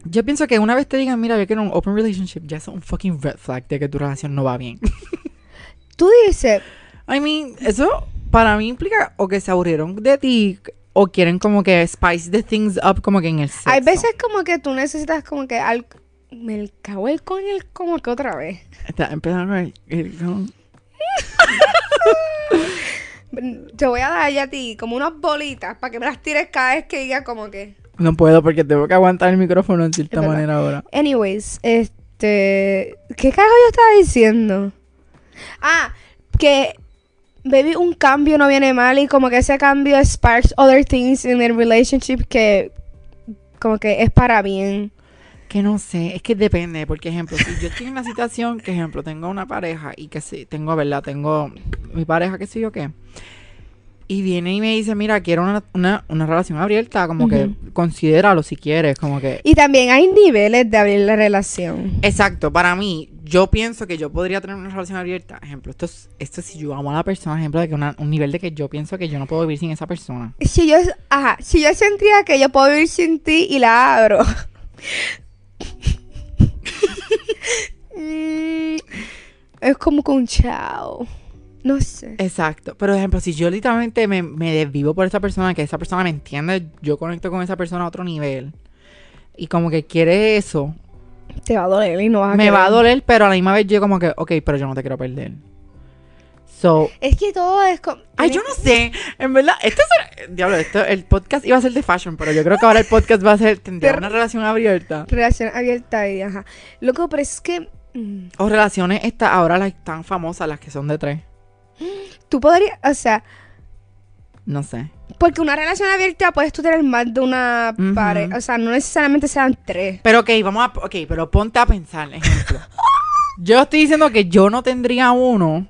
[SPEAKER 2] Yo pienso que una vez te digan, mira, yo quiero un open relationship, ya es un fucking red flag de que tu relación no va bien.
[SPEAKER 1] Tú dices,
[SPEAKER 2] I mean, eso para mí implica o que se aburrieron de ti o quieren como que spice the things up como que en el sexo.
[SPEAKER 1] hay veces como que tú necesitas como que al me cago el con el como que otra vez.
[SPEAKER 2] Está empezando eh, con el- el- con-
[SPEAKER 1] Te voy a dar ya a ti como unas bolitas para que me las tires cada vez que diga como que.
[SPEAKER 2] No puedo porque tengo que aguantar el micrófono en cierta
[SPEAKER 1] verdad.
[SPEAKER 2] manera ahora.
[SPEAKER 1] Anyways, este. ¿Qué carajo yo estaba diciendo? Ah, que. Baby, un cambio no viene mal y como que ese cambio sparks other things in the relationship que. Como que es para bien.
[SPEAKER 2] Que no sé, es que depende, porque ejemplo, si yo estoy en una situación, que ejemplo, tengo una pareja y que sí, tengo, ¿verdad? Tengo mi pareja, qué sé yo qué. Y viene y me dice, mira, quiero una, una, una relación abierta, como que
[SPEAKER 1] Ujú.
[SPEAKER 2] considéralo si quieres, como que...
[SPEAKER 1] Y también hay niveles de abrir la relación.
[SPEAKER 2] Exacto, para mí, yo pienso que yo podría tener una relación abierta. Ejemplo, esto es, esto es si yo amo a la persona, ejemplo, de que una- un nivel de que yo pienso que yo no puedo vivir sin esa persona.
[SPEAKER 1] Si yo, ajá, si yo sentía que yo puedo vivir sin ti y la abro. Mm, es como con un chao. No sé.
[SPEAKER 2] Exacto, pero ejemplo, si yo literalmente me, me desvivo por esa persona, que esa persona me entiende, yo conecto con esa persona a otro nivel. Y como que quiere eso,
[SPEAKER 1] Te va a doler y no vas a
[SPEAKER 2] me
[SPEAKER 1] querer.
[SPEAKER 2] va a doler, pero a la misma vez yo como que, ok, pero yo no te quiero perder. So,
[SPEAKER 1] Es que todo es eh, como.
[SPEAKER 2] ay, yo no sé, en verdad, esto es, diablo, esto, el podcast iba a ser de fashión, pero yo creo que ahora el podcast va a ser, tendría
[SPEAKER 1] Pero-
[SPEAKER 2] una relación abierta.
[SPEAKER 1] Relación abierta y ajá. Loco, pero es que. mm,
[SPEAKER 2] O relaciones estas ahora las tan famosas, las que son de tres.
[SPEAKER 1] Tú podrías. O sea,
[SPEAKER 2] No sé.
[SPEAKER 1] porque una relación abierta puedes tú tener más de una
[SPEAKER 2] Ujú.
[SPEAKER 1] pareja. O sea, no necesariamente sean tres.
[SPEAKER 2] Pero ok, vamos a. Ok, pero ponte a pensar, ejemplo. yo estoy diciendo que yo no tendría uno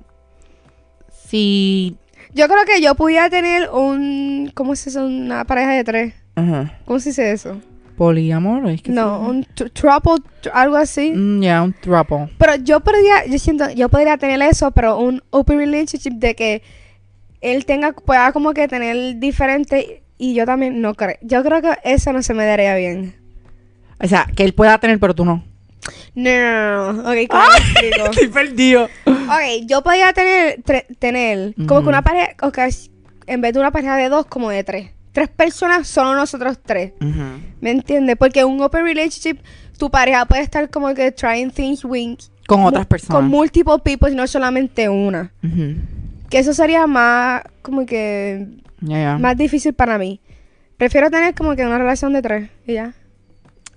[SPEAKER 2] si.
[SPEAKER 1] Yo creo que yo pudiera tener un. ¿Cómo se dice? Una pareja de tres.
[SPEAKER 2] Ajá.
[SPEAKER 1] ¿Cómo se dice eso?
[SPEAKER 2] Poliamor, es que.
[SPEAKER 1] No,
[SPEAKER 2] sí.
[SPEAKER 1] un tr- trouble, tr- algo así.
[SPEAKER 2] Mm, ya, un throuple.
[SPEAKER 1] Pero yo podría, yo siento, yo podría tener eso, pero un open relationship de que él tenga, pueda como que tener diferente y yo también no creo. Yo creo que eso no se me daría bien.
[SPEAKER 2] O sea, que él pueda tener, pero tú no.
[SPEAKER 1] No, no, no, no. ok, ¿cómo te explico?
[SPEAKER 2] Estoy perdido.
[SPEAKER 1] Ok, yo podría tener, tre- tener como que
[SPEAKER 2] Ujú.
[SPEAKER 1] una pareja, ok, en vez de una pareja de dos, como de tres. Tres personas, solo nosotros tres. ¿Me entiendes? Porque un open relationship, tu pareja puede estar como que trying things with
[SPEAKER 2] Con otras
[SPEAKER 1] mu- Con
[SPEAKER 2] personas.
[SPEAKER 1] multiple people, no solamente una.
[SPEAKER 2] Ujú.
[SPEAKER 1] Que eso sería más, como que,
[SPEAKER 2] Ya, ya.
[SPEAKER 1] más difícil para mí. Prefiero tener como que una relación de tres. Y ya.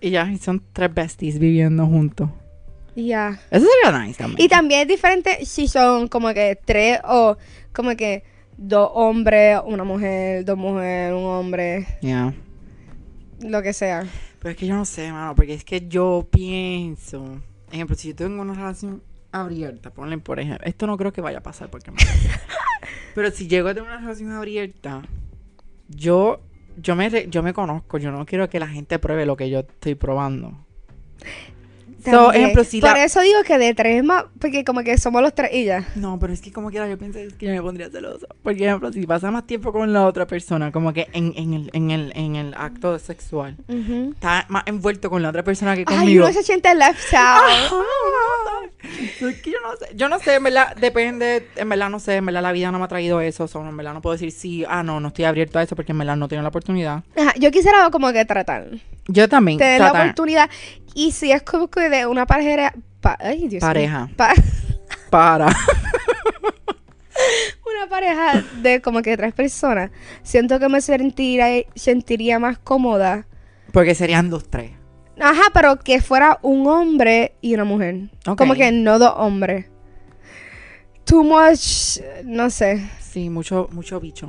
[SPEAKER 2] Y ya, y son tres besties viviendo juntos.
[SPEAKER 1] Y ya.
[SPEAKER 2] Eso sería nice también.
[SPEAKER 1] Y también es diferente si son como que tres o como que dos hombres, una mujer, dos mujeres, un hombre,
[SPEAKER 2] Ya.
[SPEAKER 1] lo que sea.
[SPEAKER 2] Pero es que yo no sé, mano, porque es que yo pienso. Ejemplo, si yo tengo una relación abierta, ponle por ejemplo. Esto no creo que vaya a pasar porque me Pero si llego a tener una relación abierta, yo, yo, me, re- yo me conozco. Yo no quiero que la gente pruebe lo que yo estoy probando. So,
[SPEAKER 1] También.
[SPEAKER 2] ejemplo, si
[SPEAKER 1] Por e-,
[SPEAKER 2] la.
[SPEAKER 1] eso digo que de tres más, porque como que somos los tres y ya.
[SPEAKER 2] No, pero es que como quiera, yo pienso es que yo me pondría celosa. Por ejemplo, si pasa más tiempo con la otra persona, como que en, en, el, en, el, en el acto sexual,
[SPEAKER 1] Ujú.
[SPEAKER 2] está más envuelto con la otra persona que conmigo. Ah.
[SPEAKER 1] Ay, uno se siente left out.
[SPEAKER 2] No, Es que yo no sé, yo no sé, en verdad, depende, en verdad no sé, en verdad la vida no me ha traído eso, so, en verdad no puedo decir sí, ah, no, no estoy abierto a eso porque en verdad no tengo la oportunidad.
[SPEAKER 1] Ajá, yo quisiera como que tratar.
[SPEAKER 2] Yo también,
[SPEAKER 1] Tener la
[SPEAKER 2] tata,
[SPEAKER 1] oportunidad. Y si es como que de una pareja. pa- ay, Dios mío.
[SPEAKER 2] Pareja.
[SPEAKER 1] Pa-
[SPEAKER 2] para.
[SPEAKER 1] una pareja de como que tres personas. Siento que me sentiría, sentiría más cómoda.
[SPEAKER 2] Porque serían los tres.
[SPEAKER 1] Ajá, pero que fuera un hombre y una mujer.
[SPEAKER 2] Ok.
[SPEAKER 1] Como que no dos hombres. Too much. No sé.
[SPEAKER 2] Sí, mucho, mucho bicho.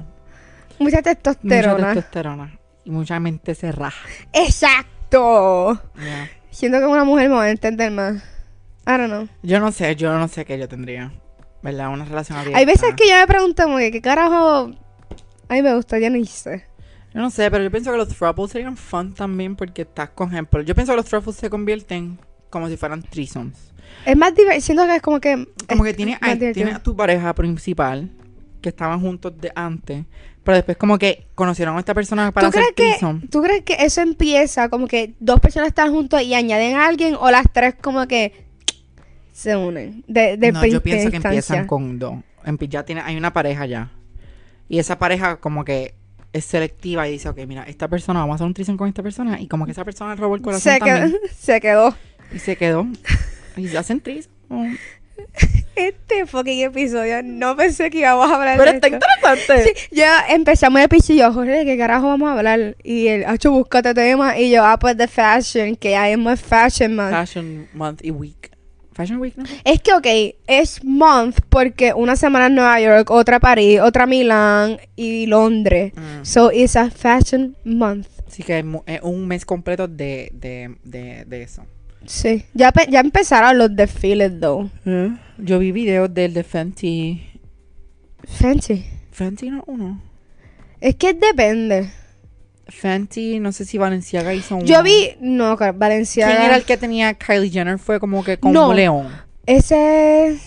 [SPEAKER 1] Mucha
[SPEAKER 2] Mucha
[SPEAKER 1] testosterona.
[SPEAKER 2] testosterona. y mucha mente se raja.
[SPEAKER 1] ¡Exacto!
[SPEAKER 2] ya.
[SPEAKER 1] Siento que una mujer me va a entender más. I don't know.
[SPEAKER 2] Yo no sé, yo no sé qué yo tendría, ¿verdad? Una relación abierta.
[SPEAKER 1] Hay veces que yo me pregunto, como que, ¿qué carajo? A mí me gusta, ya ni sé.
[SPEAKER 2] Yo no sé, pero yo pienso que los throuples serían fun también porque estás con ejemplo. Yo pienso que los throuples se convierten como si fueran threesomes.
[SPEAKER 1] Es más divertido, siento que es como que...
[SPEAKER 2] Como
[SPEAKER 1] es
[SPEAKER 2] que tienes
[SPEAKER 1] más
[SPEAKER 2] a,
[SPEAKER 1] divertido.
[SPEAKER 2] tienes a tu pareja principal que estaban juntos de antes, pero después como que conocieron a esta persona para
[SPEAKER 1] ¿Tú
[SPEAKER 2] hacer
[SPEAKER 1] crees,
[SPEAKER 2] threesome.
[SPEAKER 1] que, ¿Tú crees que eso empieza como que dos personas están juntas y añaden a alguien o las tres como que se unen? De, de
[SPEAKER 2] no,
[SPEAKER 1] primera
[SPEAKER 2] yo pienso que
[SPEAKER 1] instancia.
[SPEAKER 2] empiezan con dos. Empi- Ya tiene, hay una pareja ya. Y esa pareja como que es selectiva y dice, ok, mira, esta persona, vamos a hacer un threesome con esta persona. Y como que esa persona robó el corazón
[SPEAKER 1] Se quedó,
[SPEAKER 2] también.
[SPEAKER 1] se quedó.
[SPEAKER 2] Y se quedó. Y hacen threesome.
[SPEAKER 1] Este fucking episodio no pensé que íbamos a hablar
[SPEAKER 2] Pero
[SPEAKER 1] de
[SPEAKER 2] está
[SPEAKER 1] esto.
[SPEAKER 2] interesante.
[SPEAKER 1] Sí, yo empezamos el piso y yo, Jorge, ¿de qué carajo vamos a hablar? Y él, hacho, búscate tema. Y yo, ah, pues de fashion, que ya es más fashion, man.
[SPEAKER 2] Fashion Month y Week. Fashion Week, ¿no?
[SPEAKER 1] Es que, ok, es month porque una semana en Nueva York, otra París, otra Milán y Londres.
[SPEAKER 2] Mm.
[SPEAKER 1] So, it's a fashion month.
[SPEAKER 2] Así que es mu- es un mes completo de, de, de, de eso.
[SPEAKER 1] Sí. Ya, pe- ya empezaron los desfiles, though.
[SPEAKER 2] Mm. Yo vi videos del de Fenty.
[SPEAKER 1] Fancy.
[SPEAKER 2] Fenty no uno.
[SPEAKER 1] Es que depende.
[SPEAKER 2] Fenty, no sé si Valenciaga hizo uno.
[SPEAKER 1] Yo vi, no, car-
[SPEAKER 2] ¿Quién
[SPEAKER 1] Valenciaga.
[SPEAKER 2] era el que tenía Kylie Jenner? Fue como que con
[SPEAKER 1] No.
[SPEAKER 2] un león.
[SPEAKER 1] Ese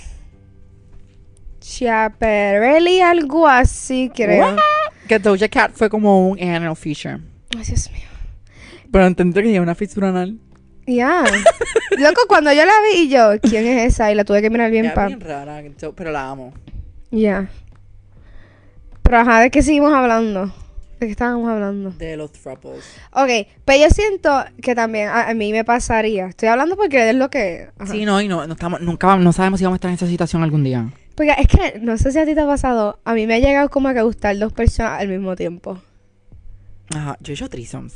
[SPEAKER 1] Chiaparelli, algo así, creo.
[SPEAKER 2] What? Que Doja Cat fue como un anal fissure.
[SPEAKER 1] Ay, Dios mío.
[SPEAKER 2] Pero entendí que tenía una fisura anal.
[SPEAKER 1] Ya. Loco, cuando yo la vi y yo, ¿quién es esa? Y la tuve que mirar bien
[SPEAKER 2] Era
[SPEAKER 1] pa.
[SPEAKER 2] bien rara, entonces- pero la amo.
[SPEAKER 1] Ya. Pero ajá, ¿de qué seguimos hablando? ¿De qué estábamos hablando?
[SPEAKER 2] De los throuples.
[SPEAKER 1] Ok, pero yo siento que también a, a mí me pasaría. Estoy hablando porque es lo que. ajá.
[SPEAKER 2] Sí, no, y no, no estamos, nunca vamos- no sabemos si vamos a estar en esa situación algún día.
[SPEAKER 1] Porque es que, no sé si a ti te ha pasado, a mí me ha llegado como que a gustar dos personas al mismo tiempo.
[SPEAKER 2] Ajá, yo he hecho threesomes.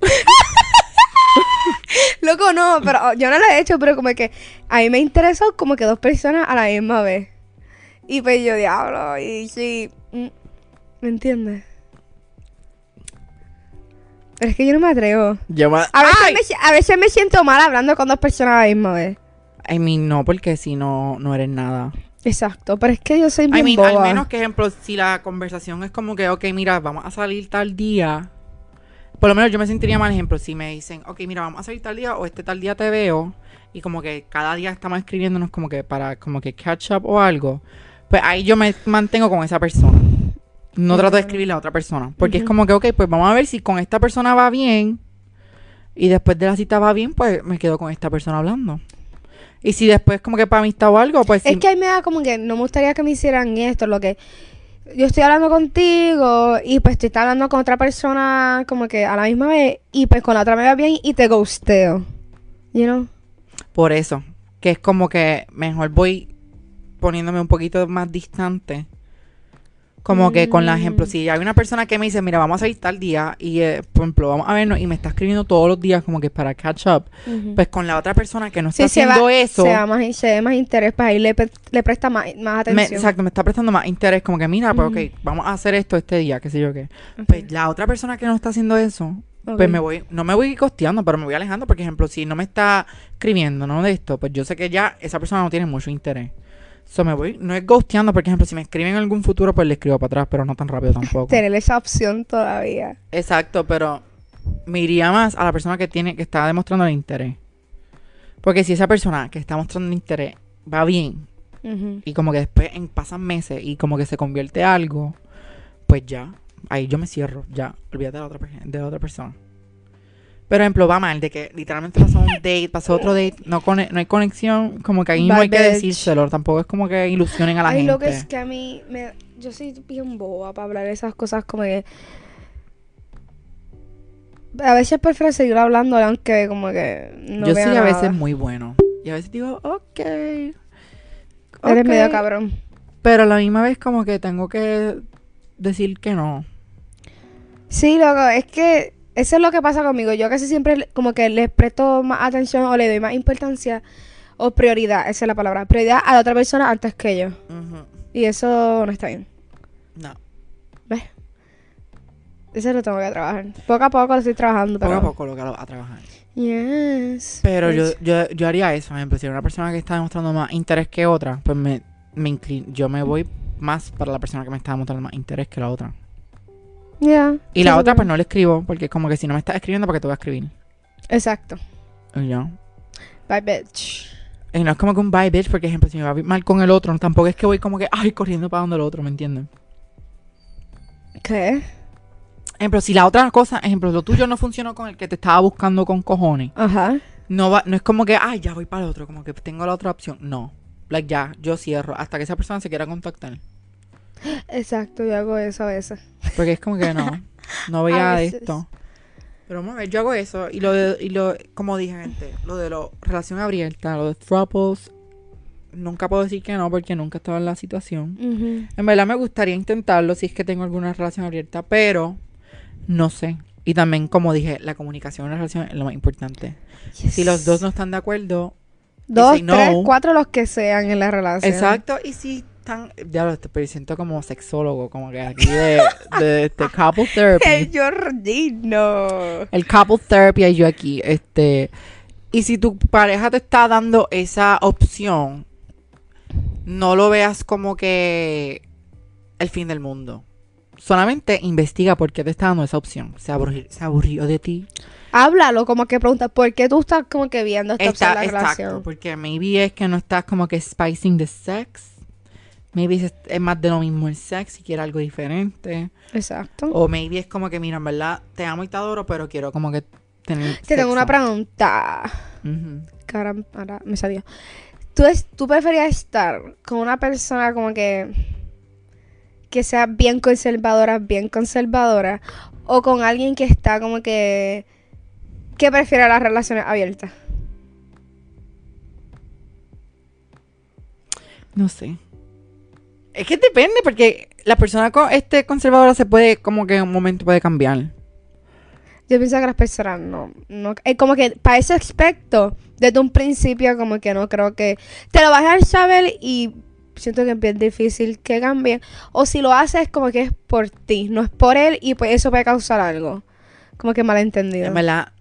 [SPEAKER 1] Loco, no, pero oh, yo no lo he hecho, pero como que a mí me interesó como que dos personas a la misma vez. Y pues yo, diablo, y sí. mm, ¿Me entiendes? Pero es que yo no me atrevo.
[SPEAKER 2] Lleva.
[SPEAKER 1] A veces, me, si- a veces me siento mal hablando con dos personas a la misma vez.
[SPEAKER 2] I mean, no, porque si no, no eres nada.
[SPEAKER 1] Exacto, pero es que yo soy
[SPEAKER 2] I
[SPEAKER 1] bien
[SPEAKER 2] mean,
[SPEAKER 1] boba.
[SPEAKER 2] al menos que ejemplo, si la conversación es como que, ok, mira, vamos a salir tal día. Por lo menos yo me sentiría mal, ejemplo, si me dicen, ok, mira, vamos a salir tal día o este tal día te veo. Y como que cada día estamos escribiéndonos como que para como que catch up o algo. Pues ahí yo me mantengo con esa persona. No trato de escribirle a otra persona. Porque es
[SPEAKER 1] Ujú.
[SPEAKER 2] como que, ok, pues vamos a ver si con esta persona va bien. Y después de la cita va bien, pues me quedo con esta persona hablando. Y si después como que para amistad o algo, pues
[SPEAKER 1] Es
[SPEAKER 2] sí-
[SPEAKER 1] que a mí me da como que no me gustaría que me hicieran esto, lo que yo estoy hablando contigo y pues tú estás hablando con otra persona como que a la misma vez y pues con la otra me va bien y te ghosteo. You know?
[SPEAKER 2] Por eso, que es como que mejor voy poniéndome un poquito más distante. Como que con la ejemplo,
[SPEAKER 1] Mm.
[SPEAKER 2] si hay una persona que me dice, mira, vamos a salir tal día y, eh, por ejemplo, vamos a vernos y me está escribiendo todos los días como que para catch up, pues con la otra persona que no está
[SPEAKER 1] Sí, se
[SPEAKER 2] haciendo
[SPEAKER 1] va,
[SPEAKER 2] eso,
[SPEAKER 1] se da más, se da más interés para ahí, le, pre- le presta más, más
[SPEAKER 2] me,
[SPEAKER 1] atención.
[SPEAKER 2] exacto, me está prestando más interés, como que mira, pues
[SPEAKER 1] Ujú.
[SPEAKER 2] ok, vamos a hacer esto este día, qué sé yo qué.
[SPEAKER 1] Ok,
[SPEAKER 2] Pues la otra persona que no está haciendo eso,
[SPEAKER 1] ok.
[SPEAKER 2] Pues me voy, no me voy costeando, pero me voy alejando. Porque, ejemplo, si no me está escribiendo, ¿no? De esto, pues yo sé que ya esa persona no tiene mucho interés. So me voy, no es ghosteando, porque, ejemplo, si me escriben en algún futuro, pues le escribo para atrás, pero no tan rápido tampoco.
[SPEAKER 1] Tener esa opción todavía.
[SPEAKER 2] Exacto, pero me iría más a la persona que tiene, que está demostrando el interés. Porque si esa persona que está mostrando el interés va bien,
[SPEAKER 1] Ujú.
[SPEAKER 2] y como que después en, pasan meses y como que se convierte en algo, pues ya, ahí yo me cierro, ya, olvídate de la otra, per- de la otra persona. Pero ejemplo, va mal, de que literalmente pasó un date, pasó otro date, no, cone- no hay conexión, como que ahí no
[SPEAKER 1] Bye,
[SPEAKER 2] hay que
[SPEAKER 1] bitch.
[SPEAKER 2] decírselo, tampoco es como que ilusionen a la
[SPEAKER 1] Ay,
[SPEAKER 2] gente.
[SPEAKER 1] lo que es que a mí me, yo soy bien boba para hablar esas cosas como que a veces prefiero seguir hablando aunque como que no
[SPEAKER 2] yo soy
[SPEAKER 1] vea
[SPEAKER 2] a
[SPEAKER 1] nada.
[SPEAKER 2] veces muy bueno. Y a veces digo, ok.
[SPEAKER 1] eres
[SPEAKER 2] ok",
[SPEAKER 1] medio cabrón.
[SPEAKER 2] Pero a la misma vez como que tengo que decir que no.
[SPEAKER 1] Sí, loco, es que eso es lo que pasa conmigo. Yo casi siempre le- como que les presto más atención o le doy más importancia o prioridad, esa es la palabra, prioridad a la otra persona antes que yo. Y eso no está bien.
[SPEAKER 2] No.
[SPEAKER 1] ¿Ves? Ese lo tengo que trabajar. Poco a poco lo estoy trabajando,
[SPEAKER 2] Poco
[SPEAKER 1] pero...
[SPEAKER 2] a poco lo que lo- a trabajar.
[SPEAKER 1] Yes.
[SPEAKER 2] Pero yo,
[SPEAKER 1] bitch.
[SPEAKER 2] yo, yo haría eso, por ejemplo, si era una persona que está demostrando más interés que otra, pues me, me inclin- yo me voy más para la persona que me está demostrando más interés que la otra.
[SPEAKER 1] Yeah.
[SPEAKER 2] Y
[SPEAKER 1] Sí,
[SPEAKER 2] la
[SPEAKER 1] sí,
[SPEAKER 2] otra,
[SPEAKER 1] sí.
[SPEAKER 2] pues no le escribo, porque es como que si no me estás escribiendo, ¿para qué te voy a escribir?
[SPEAKER 1] Exacto.
[SPEAKER 2] Y yo.
[SPEAKER 1] Bye, bitch.
[SPEAKER 2] Y no es como que un bye bitch, porque ejemplo, si me va mal con el otro, tampoco es que voy como que, ay, corriendo para donde el otro, ¿me entiendes?
[SPEAKER 1] ¿Qué?
[SPEAKER 2] Ejemplo, si la otra cosa, ejemplo, lo tuyo no funcionó con el que te estaba buscando con cojones,
[SPEAKER 1] Ajá.
[SPEAKER 2] no va, no es como que, ay, ya voy para el otro, como que tengo la otra opción. No. Like, ya, yo cierro hasta que esa persona se quiera contactar.
[SPEAKER 1] Exacto, yo hago eso a veces.
[SPEAKER 2] Porque es como que no, no
[SPEAKER 1] A
[SPEAKER 2] veía
[SPEAKER 1] veces.
[SPEAKER 2] esto. Pero vamos a ver, yo hago eso. Y lo de, y lo, como dije, gente, lo de la relación abierta, lo de throuples, nunca puedo decir que no porque nunca estaba en la situación. En verdad me gustaría intentarlo si es que tengo alguna relación abierta, pero no sé. Y también, como dije, la comunicación en la relación es lo más importante. Si los dos no están de acuerdo,
[SPEAKER 1] Dos,
[SPEAKER 2] dicen no.
[SPEAKER 1] tres, cuatro, los que sean en la relación.
[SPEAKER 2] exacto. Y si están, ya lo te siento como sexólogo, como que aquí de, de este couple therapy.
[SPEAKER 1] ¡Qué Jordino!
[SPEAKER 2] El couple therapy yo aquí, este. Y si tu pareja te está dando esa opción, no lo veas como que el fin del mundo. Solamente investiga por qué te está dando esa opción. Se aburrió, se aburrió de ti.
[SPEAKER 1] Háblalo, como que pregunta, ¿por qué tú estás como que viendo esta opción de la
[SPEAKER 2] exacto,
[SPEAKER 1] relación?
[SPEAKER 2] porque maybe es que no estás como que spicing the sex. Maybe es, es más de lo mismo el sex, si quiere algo diferente.
[SPEAKER 1] Exacto.
[SPEAKER 2] O maybe es como que, mira, en verdad, te amo y te adoro, pero quiero como que tener.
[SPEAKER 1] Te tengo una
[SPEAKER 2] sexo.
[SPEAKER 1] pregunta.
[SPEAKER 2] Ujú.
[SPEAKER 1] que ahora, ahora me salió. ¿Tú, es- ¿Tú preferías estar con una persona como que que sea bien conservadora, bien conservadora, o con alguien que está como que que prefiere las relaciones abiertas?
[SPEAKER 2] No sé. Es que depende, porque la persona con este conservadora se puede, como que en un momento puede cambiar.
[SPEAKER 1] Yo pienso que las personas no, no es como que para ese aspecto desde un principio como que no creo que te lo vas a dejar saber y siento que es bien difícil que cambie o si lo haces como que es por ti, no es por él y pues eso puede causar algo. Como que malentendido.
[SPEAKER 2] En verdad.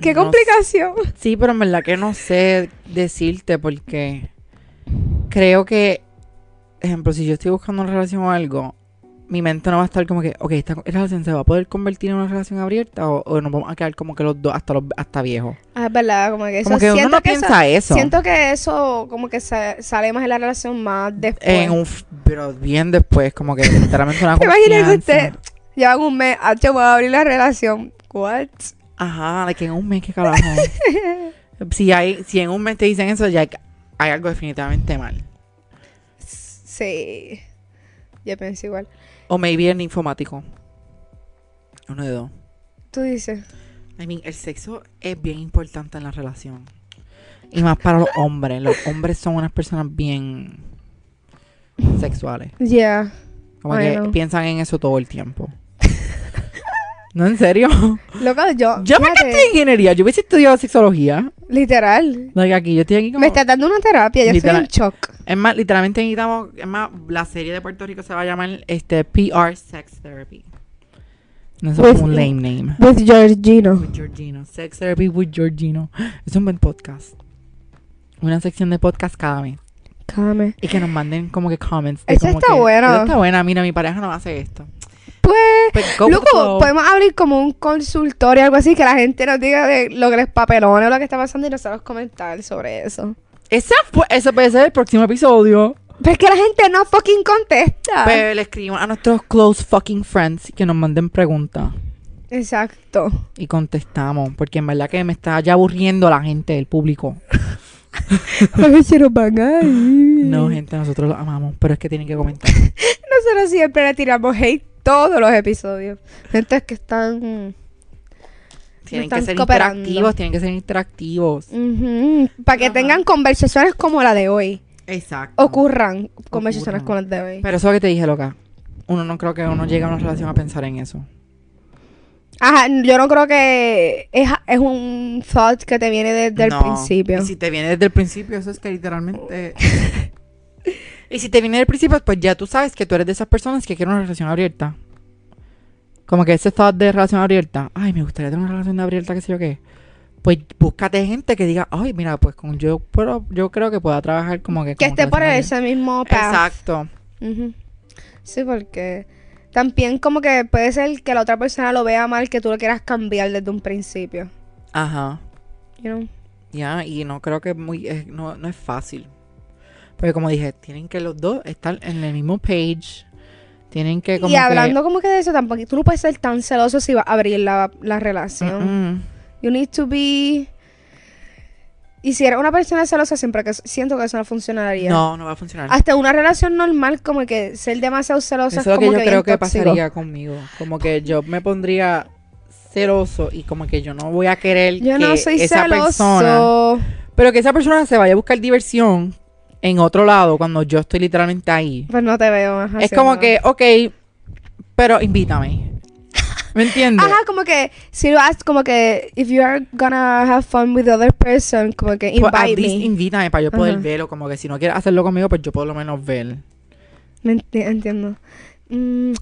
[SPEAKER 1] ¡Qué
[SPEAKER 2] no
[SPEAKER 1] complicación!
[SPEAKER 2] sé. Sí, pero en verdad que no sé decirte, porque creo que, ejemplo, si yo estoy buscando una relación o algo, mi mente no va a estar como que, ok, esta relación se va a poder convertir en una relación abierta o, o nos vamos a quedar como que los dos hasta, los, hasta viejos.
[SPEAKER 1] Ah, es verdad, como que eso.
[SPEAKER 2] Como que uno no
[SPEAKER 1] que
[SPEAKER 2] piensa eso.
[SPEAKER 1] eso. Siento que eso como que sa- sale más en la relación más después.
[SPEAKER 2] En un f- pero bien después, como que literalmente una
[SPEAKER 1] ¿Te imaginas que usted
[SPEAKER 2] confianza.
[SPEAKER 1] llevan un mes, ah, yo voy a abrir la relación? ¿What?
[SPEAKER 2] Ajá, de que en un mes, qué carajo. si, hay, si en un mes te dicen eso, ya hay, hay algo definitivamente mal.
[SPEAKER 1] Sí. Yo pienso igual.
[SPEAKER 2] O maybe el ninfomático. Uno de dos.
[SPEAKER 1] Tú dices.
[SPEAKER 2] I mean, el sexo es bien importante en la relación. Y más para los hombres. Los hombres son unas personas bien sexuales.
[SPEAKER 1] Ya.
[SPEAKER 2] Como
[SPEAKER 1] Ay,
[SPEAKER 2] que
[SPEAKER 1] no.
[SPEAKER 2] piensan en eso todo el tiempo. no, en serio.
[SPEAKER 1] Loco, yo.
[SPEAKER 2] Yo me
[SPEAKER 1] fíjate,
[SPEAKER 2] quedé en ingeniería. Yo hubiese estudiado sexología.
[SPEAKER 1] Literal.
[SPEAKER 2] Like aquí, yo estoy aquí como...
[SPEAKER 1] Me está dando una terapia, yo
[SPEAKER 2] Literal.
[SPEAKER 1] estoy en shock.
[SPEAKER 2] Es más, literalmente necesitamos, es más, la serie de Puerto Rico se va a llamar este PR Sex Therapy. No eso es
[SPEAKER 1] With-
[SPEAKER 2] un lame name.
[SPEAKER 1] With Georgino.
[SPEAKER 2] With Georgino. Sex Therapy with Georgino. Es un buen podcast. Una sección de podcast cada mes.
[SPEAKER 1] Came.
[SPEAKER 2] Y que nos manden como que comments. de
[SPEAKER 1] Esa
[SPEAKER 2] como
[SPEAKER 1] está
[SPEAKER 2] que,
[SPEAKER 1] buena.
[SPEAKER 2] "Esa está buena. Mira, mi pareja no hace esto.
[SPEAKER 1] Pues.
[SPEAKER 2] Pues, go with the
[SPEAKER 1] Loco,
[SPEAKER 2] flow.
[SPEAKER 1] podemos abrir como un consultorio o algo así que la gente nos diga de lo que les papelones o lo que está pasando y nosotros comentar sobre eso.
[SPEAKER 2] Esa fue- ese puede ser el próximo episodio.
[SPEAKER 1] Pero es Pues que la gente no fucking contesta.
[SPEAKER 2] Pero le escribimos a nuestros close fucking friends que nos manden preguntas.
[SPEAKER 1] Exacto.
[SPEAKER 2] Y contestamos. Porque en verdad que me está ya aburriendo la gente, el público.
[SPEAKER 1] A ver si nos van a ir.
[SPEAKER 2] No, gente, nosotros lo amamos, pero es que tienen que comentar.
[SPEAKER 1] Nosotros siempre le tiramos hate todos los episodios. Gente que están
[SPEAKER 2] Tienen que
[SPEAKER 1] están
[SPEAKER 2] ser
[SPEAKER 1] cooperando.
[SPEAKER 2] interactivos, tienen que ser interactivos.
[SPEAKER 1] para que
[SPEAKER 2] Ajá.
[SPEAKER 1] tengan conversaciones como la de hoy.
[SPEAKER 2] Exacto.
[SPEAKER 1] Ocurran conversaciones
[SPEAKER 2] Ocurran.
[SPEAKER 1] como las de hoy.
[SPEAKER 2] Pero eso que te dije, loca. Uno no creo que uno llegue a una relación a pensar en eso.
[SPEAKER 1] Ajá, yo no creo que es, es un thought que te viene desde
[SPEAKER 2] No.
[SPEAKER 1] el principio.
[SPEAKER 2] Y si te viene desde el principio, eso es que literalmente. y si te viene desde el principio, pues ya tú sabes que tú eres de esas personas que quieren una relación abierta. Como que ese estado de relación abierta. Ay, me gustaría tener una relación abierta, qué sé yo qué. Pues búscate gente que diga, ay, mira, pues con yo, pero yo creo que pueda trabajar como que.
[SPEAKER 1] Que
[SPEAKER 2] como
[SPEAKER 1] esté por
[SPEAKER 2] relación
[SPEAKER 1] ese mismo
[SPEAKER 2] abierta.
[SPEAKER 1] path.
[SPEAKER 2] Exacto.
[SPEAKER 1] Ujú. Sí, porque también como que puede ser que la otra persona lo vea mal, que tú lo quieras cambiar desde un principio.
[SPEAKER 2] Ajá.
[SPEAKER 1] You know?
[SPEAKER 2] Ya, y no creo que es muy, es- no, no es fácil. Porque como dije, tienen que los dos estar en el mismo page. Tienen que como
[SPEAKER 1] Y
[SPEAKER 2] que-
[SPEAKER 1] hablando como que de eso, tampoco tú no puedes ser tan celoso si vas a abrir la, la relación.
[SPEAKER 2] Mm, mm.
[SPEAKER 1] You need to be... Y si eres una persona celosa, siempre que siento que eso no funcionaría.
[SPEAKER 2] No, no va a funcionar.
[SPEAKER 1] Hasta una relación normal, como que ser demasiado celosa
[SPEAKER 2] Eso
[SPEAKER 1] es
[SPEAKER 2] es lo
[SPEAKER 1] como
[SPEAKER 2] que yo
[SPEAKER 1] bien
[SPEAKER 2] creo que
[SPEAKER 1] tóxico.
[SPEAKER 2] pasaría conmigo. Como que yo me pondría celoso y como que yo no voy a querer
[SPEAKER 1] Yo
[SPEAKER 2] que
[SPEAKER 1] no soy
[SPEAKER 2] esa
[SPEAKER 1] celoso.
[SPEAKER 2] persona... Pero que esa persona se vaya a buscar diversión en otro lado cuando yo estoy literalmente ahí.
[SPEAKER 1] Pues no te veo más
[SPEAKER 2] es como
[SPEAKER 1] haciéndolo.
[SPEAKER 2] que, ok, pero invítame. ¿Me entiendes?
[SPEAKER 1] Ajá, como que si lo haces, como que if you are gonna have fun with the other person, como que
[SPEAKER 2] Pues, at
[SPEAKER 1] invite
[SPEAKER 2] least
[SPEAKER 1] me.
[SPEAKER 2] invítame para yo poder
[SPEAKER 1] Ajá.
[SPEAKER 2] verlo. Como que si no quieres hacerlo conmigo, pues yo por lo menos ver.
[SPEAKER 1] Me enti- entiendo. Mm,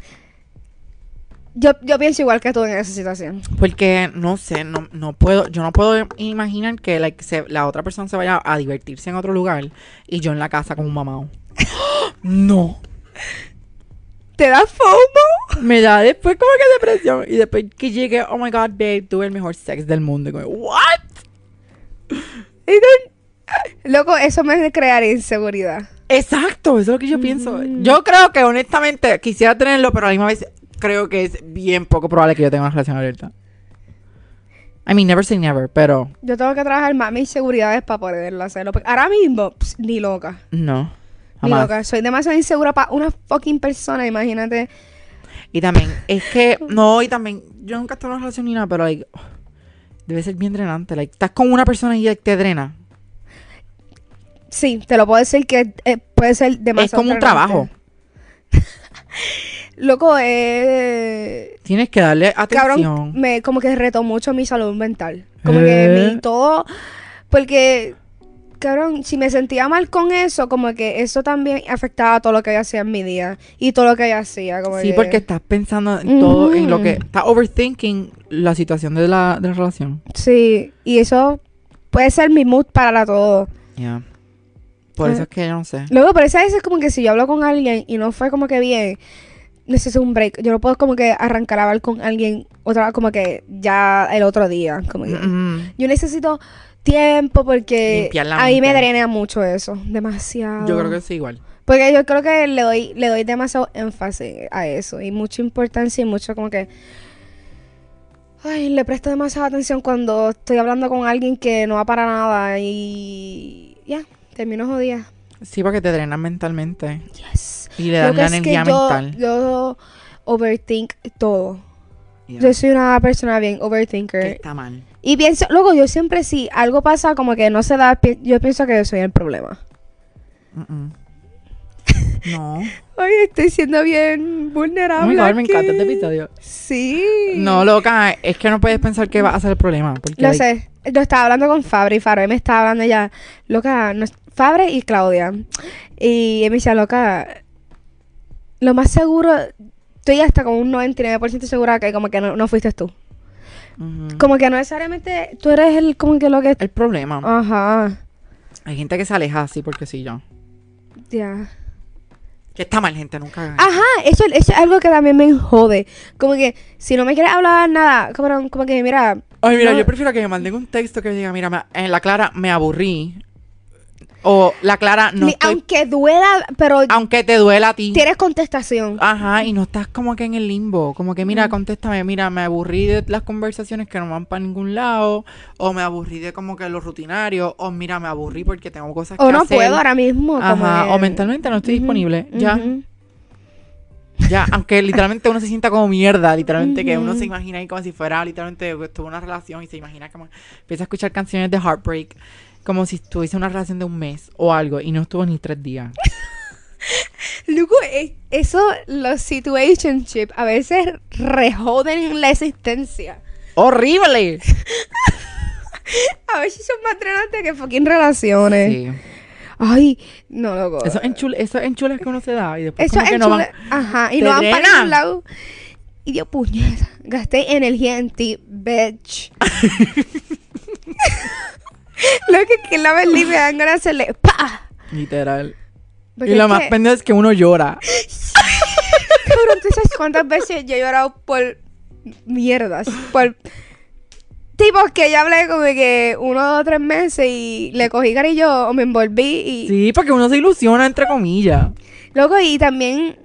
[SPEAKER 1] yo, yo pienso igual que tú en esa situación.
[SPEAKER 2] Porque no sé, no, no puedo, yo no puedo imaginar que like, se- la otra persona se vaya a divertirse en otro lugar y yo en la casa con un mamado. no.
[SPEAKER 1] ¿Te da fomo?
[SPEAKER 2] Me da después como que depresión. Y después que llegue, oh my god, babe, tuve el mejor sex del mundo. Y como, what?
[SPEAKER 1] Y no- Loco, eso me crearía inseguridad.
[SPEAKER 2] Exacto, eso es lo que yo pienso. Yo creo que honestamente quisiera tenerlo, pero a la misma vez creo que es bien poco probable que yo tenga una relación abierta. I mean, never say never, pero
[SPEAKER 1] Yo tengo que trabajar más mis seguridades para poderlo hacerlo. porque ahora mismo, ps, ni loca.
[SPEAKER 2] no.
[SPEAKER 1] Ni
[SPEAKER 2] jamás.
[SPEAKER 1] loca. Soy demasiado insegura para una fucking persona, imagínate.
[SPEAKER 2] Y también, es que, no, y también, yo nunca he estado en una relación ni nada, pero, like, debe ser bien drenante. Like, estás con una persona y like, te drena.
[SPEAKER 1] Sí, te lo puedo decir que eh, puede ser demasiado.
[SPEAKER 2] es como un
[SPEAKER 1] drenante.
[SPEAKER 2] trabajo.
[SPEAKER 1] Loco, eh,
[SPEAKER 2] Tienes que darle atención.
[SPEAKER 1] cabrón, mm, me como que reto mucho mi salud mental. Como que
[SPEAKER 2] Eh.
[SPEAKER 1] mi todo. Porque, cabrón, si me sentía mal con eso, como que eso también afectaba todo lo que yo hacía en mi día. Y todo lo que yo hacía. Como
[SPEAKER 2] sí,
[SPEAKER 1] que-
[SPEAKER 2] porque estás pensando en todo, en lo que,
[SPEAKER 1] Ujú.
[SPEAKER 2] estás overthinking la situación de la, de la relación.
[SPEAKER 1] Sí, y eso puede ser mi mood para todo.
[SPEAKER 2] Ya. Por
[SPEAKER 1] Ah.
[SPEAKER 2] eso es que yo no sé.
[SPEAKER 1] Luego, pero esa vez es como que si yo hablo con alguien y no fue como que bien, necesito un break. Yo no puedo como que arrancar a hablar con alguien otra como que ya el otro día. Como que-
[SPEAKER 2] Mm-mm.
[SPEAKER 1] Yo necesito tiempo porque
[SPEAKER 2] Limpiar la
[SPEAKER 1] a mí me
[SPEAKER 2] mente.
[SPEAKER 1] drena mucho eso, demasiado.
[SPEAKER 2] Yo creo que es igual.
[SPEAKER 1] Porque yo creo que le doy, le doy demasiado énfasis a eso y mucha importancia y mucho como que... Ay, le presto demasiada atención cuando estoy hablando con alguien que no va para nada y... Ya, termino jodida.
[SPEAKER 2] Sí, porque te drenan mentalmente
[SPEAKER 1] Yes.
[SPEAKER 2] y le
[SPEAKER 1] Lo
[SPEAKER 2] dan
[SPEAKER 1] que
[SPEAKER 2] la
[SPEAKER 1] es que
[SPEAKER 2] energía
[SPEAKER 1] yo,
[SPEAKER 2] mental.
[SPEAKER 1] yo overthink todo.
[SPEAKER 2] Ya.
[SPEAKER 1] Yo soy una persona bien
[SPEAKER 2] Que
[SPEAKER 1] overthinker.
[SPEAKER 2] está mal.
[SPEAKER 1] Y pienso, luego yo siempre si algo pasa como que no se da, pi- yo pienso que yo soy el problema.
[SPEAKER 2] Mm-mm. No.
[SPEAKER 1] Ay, estoy siendo bien vulnerable.
[SPEAKER 2] Oh my God, me
[SPEAKER 1] aquí.
[SPEAKER 2] encanta este episodio.
[SPEAKER 1] Sí.
[SPEAKER 2] No, loca, es que no puedes pensar que va a ser el problema. Porque,
[SPEAKER 1] Lo
[SPEAKER 2] like,
[SPEAKER 1] sé. Yo estaba hablando con Fabri. Fabri me estaba hablando ya. Loca, no es- Fabri y Claudia. Y me decía, loca, lo más seguro, estoy hasta con un 99% segura que como que no, no fuiste tú.
[SPEAKER 2] ujú,
[SPEAKER 1] Como que no necesariamente tú eres el, como que lo que...
[SPEAKER 2] El problema.
[SPEAKER 1] Ah. Ajá.
[SPEAKER 2] Hay gente que se aleja así porque sí, yo.
[SPEAKER 1] Ya.
[SPEAKER 2] Que está mal, gente, nunca hagan eso.
[SPEAKER 1] Ajá, eso, eso es algo que también me jode. Como que si no me quieres hablar nada, cabrón, como que mira,
[SPEAKER 2] Ay, mira,
[SPEAKER 1] no.
[SPEAKER 2] yo prefiero que me manden un texto que me diga, mira, me- en la Clara me aburrí. O la Clara no
[SPEAKER 1] ni-
[SPEAKER 2] estoy- aunque,
[SPEAKER 1] aunque duela, pero
[SPEAKER 2] te duela a ti.
[SPEAKER 1] tienes contestación.
[SPEAKER 2] Ajá, y no estás como que en el limbo. Como que, mira, contéstame, mira, me aburrí de las conversaciones que no van para ningún lado. O me aburrí de como que lo rutinario. O mira, me aburrí porque tengo cosas
[SPEAKER 1] O
[SPEAKER 2] que
[SPEAKER 1] no
[SPEAKER 2] hacer.
[SPEAKER 1] puedo ahora mismo. como
[SPEAKER 2] Ajá,
[SPEAKER 1] que-
[SPEAKER 2] o mentalmente no estoy
[SPEAKER 1] Ujú,
[SPEAKER 2] disponible. Ya.
[SPEAKER 1] ujú.
[SPEAKER 2] Ya, aunque literalmente uno se sienta como mierda, literalmente que uno
[SPEAKER 1] Ujú.
[SPEAKER 2] se imagina ahí como si fuera literalmente tuvo una relación y se imagina como empieza a escuchar canciones de heartbreak como si tuviese una relación de un mes o algo y no estuvo ni tres días.
[SPEAKER 1] Luego, eh, eso, los situationship a veces rejoden la existencia.
[SPEAKER 2] Horrible.
[SPEAKER 1] A veces son más drenantes que fucking relaciones.
[SPEAKER 2] Sí.
[SPEAKER 1] Ay, no, loco.
[SPEAKER 2] Eso enchul, eso enchules que uno se da y después
[SPEAKER 1] Eso
[SPEAKER 2] como
[SPEAKER 1] es
[SPEAKER 2] que no van.
[SPEAKER 1] Ajá, y
[SPEAKER 2] te
[SPEAKER 1] no van para
[SPEAKER 2] drenan.
[SPEAKER 1] ningún lado. Y yo, puñeta, gasté energía en ti, bitch. lo que aquí en la Berlín me dan ganas de hacerle ¡pa!
[SPEAKER 2] Literal.
[SPEAKER 1] Porque
[SPEAKER 2] y lo
[SPEAKER 1] es
[SPEAKER 2] más
[SPEAKER 1] que-
[SPEAKER 2] pendejo es que uno llora.
[SPEAKER 1] Cabrón, ¿tú sabes cuántas veces yo he llorado por mierdas? Por tipos que ya hablé como que uno o tres meses y le cogí cariño o me envolví y...
[SPEAKER 2] Sí, porque uno se ilusiona, entre comillas.
[SPEAKER 1] Loco, y también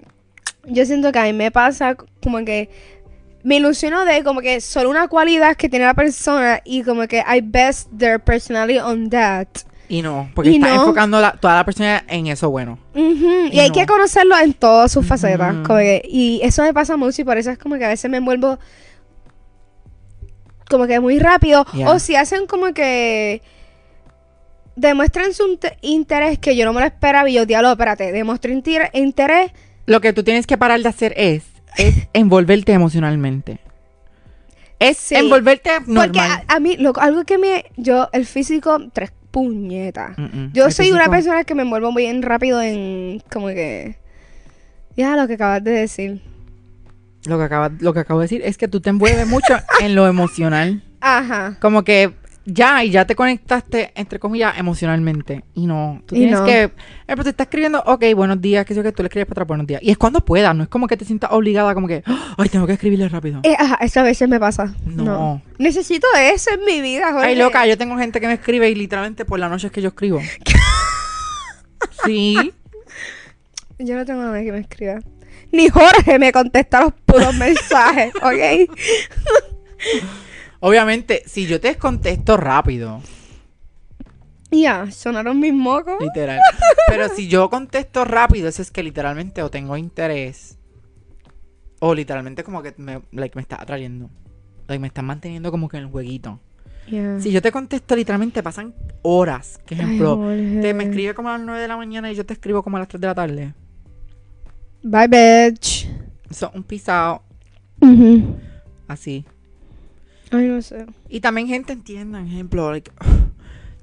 [SPEAKER 1] yo siento que a mí me pasa como que me ilusiono de como que solo una cualidad que tiene la persona y como que I best their personality on that.
[SPEAKER 2] Y no, porque
[SPEAKER 1] Y
[SPEAKER 2] está
[SPEAKER 1] no.
[SPEAKER 2] enfocando la- toda la persona en eso bueno.
[SPEAKER 1] Ujú, Y,
[SPEAKER 2] Y
[SPEAKER 1] hay
[SPEAKER 2] no.
[SPEAKER 1] que conocerlo en todas sus facetas.
[SPEAKER 2] Ujú.
[SPEAKER 1] como que- y eso me pasa mucho y por eso es como que a veces me envuelvo como que muy rápido.
[SPEAKER 2] Ya.
[SPEAKER 1] O si hacen como que demuestran su inte- interés que yo no me lo esperaba y yo, diablo, espérate, demuestran inter- interés
[SPEAKER 2] Lo que tú tienes que parar de hacer es, es envolverte emocionalmente. Es
[SPEAKER 1] Sí.
[SPEAKER 2] envolverte normal.
[SPEAKER 1] Porque a, a mí, loco, algo que me. Yo, el físico, tres puñetas.
[SPEAKER 2] Mm-mm.
[SPEAKER 1] Yo
[SPEAKER 2] Mm, El
[SPEAKER 1] soy una
[SPEAKER 2] físico-
[SPEAKER 1] persona que me envuelvo muy bien rápido en. Como que. Ya, lo que acabas de decir.
[SPEAKER 2] Lo que, acaba, lo que acabo de decir es que tú te envuelves mucho en lo emocional.
[SPEAKER 1] Ajá.
[SPEAKER 2] Como que ya, y ya te conectaste, entre comillas, emocionalmente. Y no, tú
[SPEAKER 1] Y
[SPEAKER 2] tienes
[SPEAKER 1] no.
[SPEAKER 2] que... eh, pero te está escribiendo, ok, buenos días, que sé yo, que tú le escribes para atrás, buenos días. Y es cuando puedas, no es como que te sientas obligada, como que, ay, tengo que escribirle rápido.
[SPEAKER 1] Eh, ajá, eso a veces me pasa.
[SPEAKER 2] No.
[SPEAKER 1] No. Necesito eso en mi vida, Jorge.
[SPEAKER 2] Ay, loca, yo tengo gente que me escribe y literalmente por la noche es que yo escribo. sí.
[SPEAKER 1] Yo no tengo nadie que me escriba. Ni Jorge me contesta los puros mensajes, ¿ok?
[SPEAKER 2] Obviamente, si yo te contesto rápido,
[SPEAKER 1] Ya, sonaron mis mocos.
[SPEAKER 2] literal. Pero si yo contesto rápido, eso es que literalmente o tengo interés. O literalmente como que me, like, me está atrayendo. Like, me están manteniendo como que en el jueguito.
[SPEAKER 1] Ya.
[SPEAKER 2] Si yo te contesto, literalmente pasan horas. Que ejemplo,
[SPEAKER 1] Ay, Jorge.
[SPEAKER 2] te me escribe como a las 9 de la mañana y yo te escribo como a las 3 de la tarde.
[SPEAKER 1] Bye, bitch.
[SPEAKER 2] Son un pisado
[SPEAKER 1] Ujú.
[SPEAKER 2] así.
[SPEAKER 1] Ay, no sé.
[SPEAKER 2] Y también gente entienda, ejemplo, like,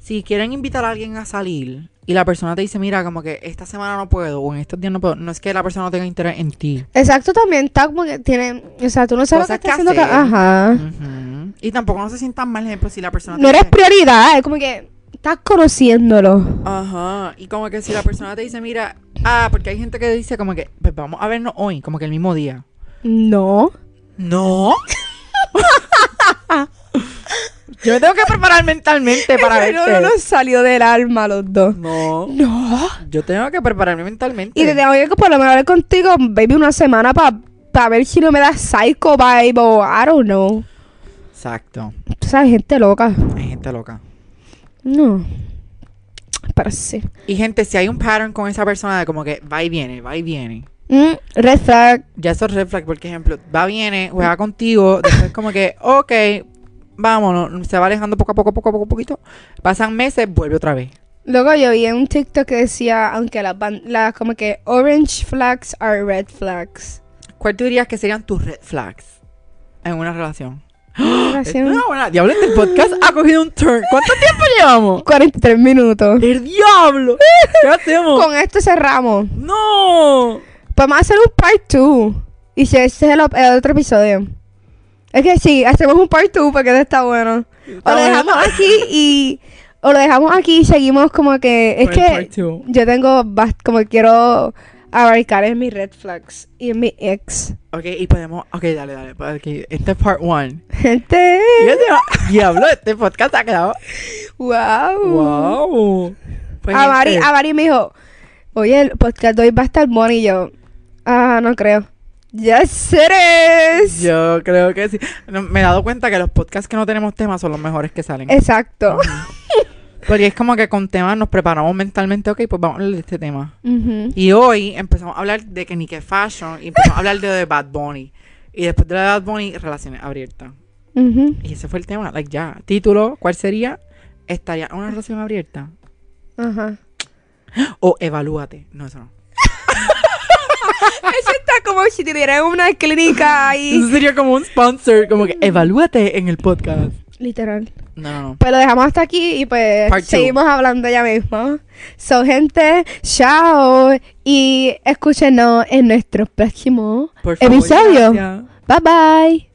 [SPEAKER 2] si quieren invitar a alguien a salir y la persona te dice, mira, como que esta semana no puedo o en estos días no puedo, no es que la persona no tenga interés en ti.
[SPEAKER 1] Exacto, también está como que tiene. O sea, tú no sabes
[SPEAKER 2] Cosas
[SPEAKER 1] lo que
[SPEAKER 2] que
[SPEAKER 1] está haciendo.
[SPEAKER 2] hacer.
[SPEAKER 1] ca- Ajá.
[SPEAKER 2] Ujú. Y tampoco no se sientan mal, ejemplo, si la persona
[SPEAKER 1] No
[SPEAKER 2] te
[SPEAKER 1] eres
[SPEAKER 2] dice,
[SPEAKER 1] prioridad, es como que estás conociéndolo.
[SPEAKER 2] Ajá, y como que si la persona te dice, mira, ah, porque hay gente que dice como que, pues vamos a vernos hoy, como que el mismo día.
[SPEAKER 1] No.
[SPEAKER 2] No. Yo me tengo que preparar mentalmente para verte.
[SPEAKER 1] no, no nos salió del alma los dos.
[SPEAKER 2] no.
[SPEAKER 1] No.
[SPEAKER 2] Yo tengo que prepararme mentalmente.
[SPEAKER 1] Y te tengo que por lo menos hablar contigo, baby, una semana para ver si no me da psycho vibe o I don't know.
[SPEAKER 2] Exacto.
[SPEAKER 1] Tú sabes, gente loca.
[SPEAKER 2] Hay gente loca.
[SPEAKER 1] No. Pero sí.
[SPEAKER 2] Y gente, si hay un pattern con esa persona de como que va y viene, va y viene.
[SPEAKER 1] Mm, red flag.
[SPEAKER 2] Ya eso es red flag, porque ejemplo, va, viene, juega contigo, después como que, ok, vámonos, se va alejando poco a poco, poco a poco, poquito. Pasan meses, vuelve otra vez.
[SPEAKER 1] Luego yo vi en un TikTok que decía, aunque las ban- las como que orange flags are red flags.
[SPEAKER 2] ¿Cuál tú dirías que serían tus red flags en una relación? Esto es
[SPEAKER 1] Relación-
[SPEAKER 2] una buena- Diablo, este podcast ha cogido un turn. ¿Cuánto tiempo llevamos?
[SPEAKER 1] 43 minutos.
[SPEAKER 2] ¡El diablo! ¿Qué hacemos?
[SPEAKER 1] Con esto cerramos.
[SPEAKER 2] ¡No!
[SPEAKER 1] Vamos a hacer un part 2. Y si ese es el, op- el otro episodio. Es que sí, hacemos un part 2 porque este está bueno.
[SPEAKER 2] Está
[SPEAKER 1] o lo
[SPEAKER 2] bueno.
[SPEAKER 1] dejamos aquí y. O lo dejamos aquí y seguimos como que. Es
[SPEAKER 2] Con el part
[SPEAKER 1] que
[SPEAKER 2] two.
[SPEAKER 1] yo tengo. bast- Como que quiero abarcar en mis red flags y en mi ex.
[SPEAKER 2] Ok, y podemos. Ok, dale, dale. pa- ok, Este es part one.
[SPEAKER 1] Gente.
[SPEAKER 2] Y yo digo, Diablo, este podcast ha quedado.
[SPEAKER 1] Wow.
[SPEAKER 2] ¡Wow! Pues,
[SPEAKER 1] Uh. a, Mari,
[SPEAKER 2] gente,
[SPEAKER 1] a Mari me dijo: Oye, el podcast de hoy va a estar bueno. Y yo. Ah, no creo. Yes, it is.
[SPEAKER 2] Yo creo que sí. No, me he dado cuenta que los podcasts que no tenemos temas son los mejores que salen.
[SPEAKER 1] Exacto.
[SPEAKER 2] Porque es como que con temas nos preparamos mentalmente. Ok, pues vamos a hablar de este tema.
[SPEAKER 1] Ujú.
[SPEAKER 2] Y hoy empezamos a hablar de que ni que fashion y empezamos a hablar de, lo de Bad Bunny. Y después de la de Bad Bunny, relaciones abiertas.
[SPEAKER 1] Ujú.
[SPEAKER 2] Y ese fue el tema. Like, ya. Título, ¿cuál sería? ¿Estaría en una relación abierta?
[SPEAKER 1] Ajá.
[SPEAKER 2] O evalúate. No, eso no.
[SPEAKER 1] Eso está como si tuviera una clínica
[SPEAKER 2] Eso
[SPEAKER 1] y
[SPEAKER 2] sería como un sponsor, como que evalúate en el podcast.
[SPEAKER 1] Literal.
[SPEAKER 2] No, no, no.
[SPEAKER 1] Pues lo dejamos hasta aquí y pues
[SPEAKER 2] Part two.
[SPEAKER 1] seguimos hablando ya mismo. So, gente, chao. Y escúchenos en nuestro próximo
[SPEAKER 2] Por
[SPEAKER 1] episodio.
[SPEAKER 2] gracias.
[SPEAKER 1] Bye bye.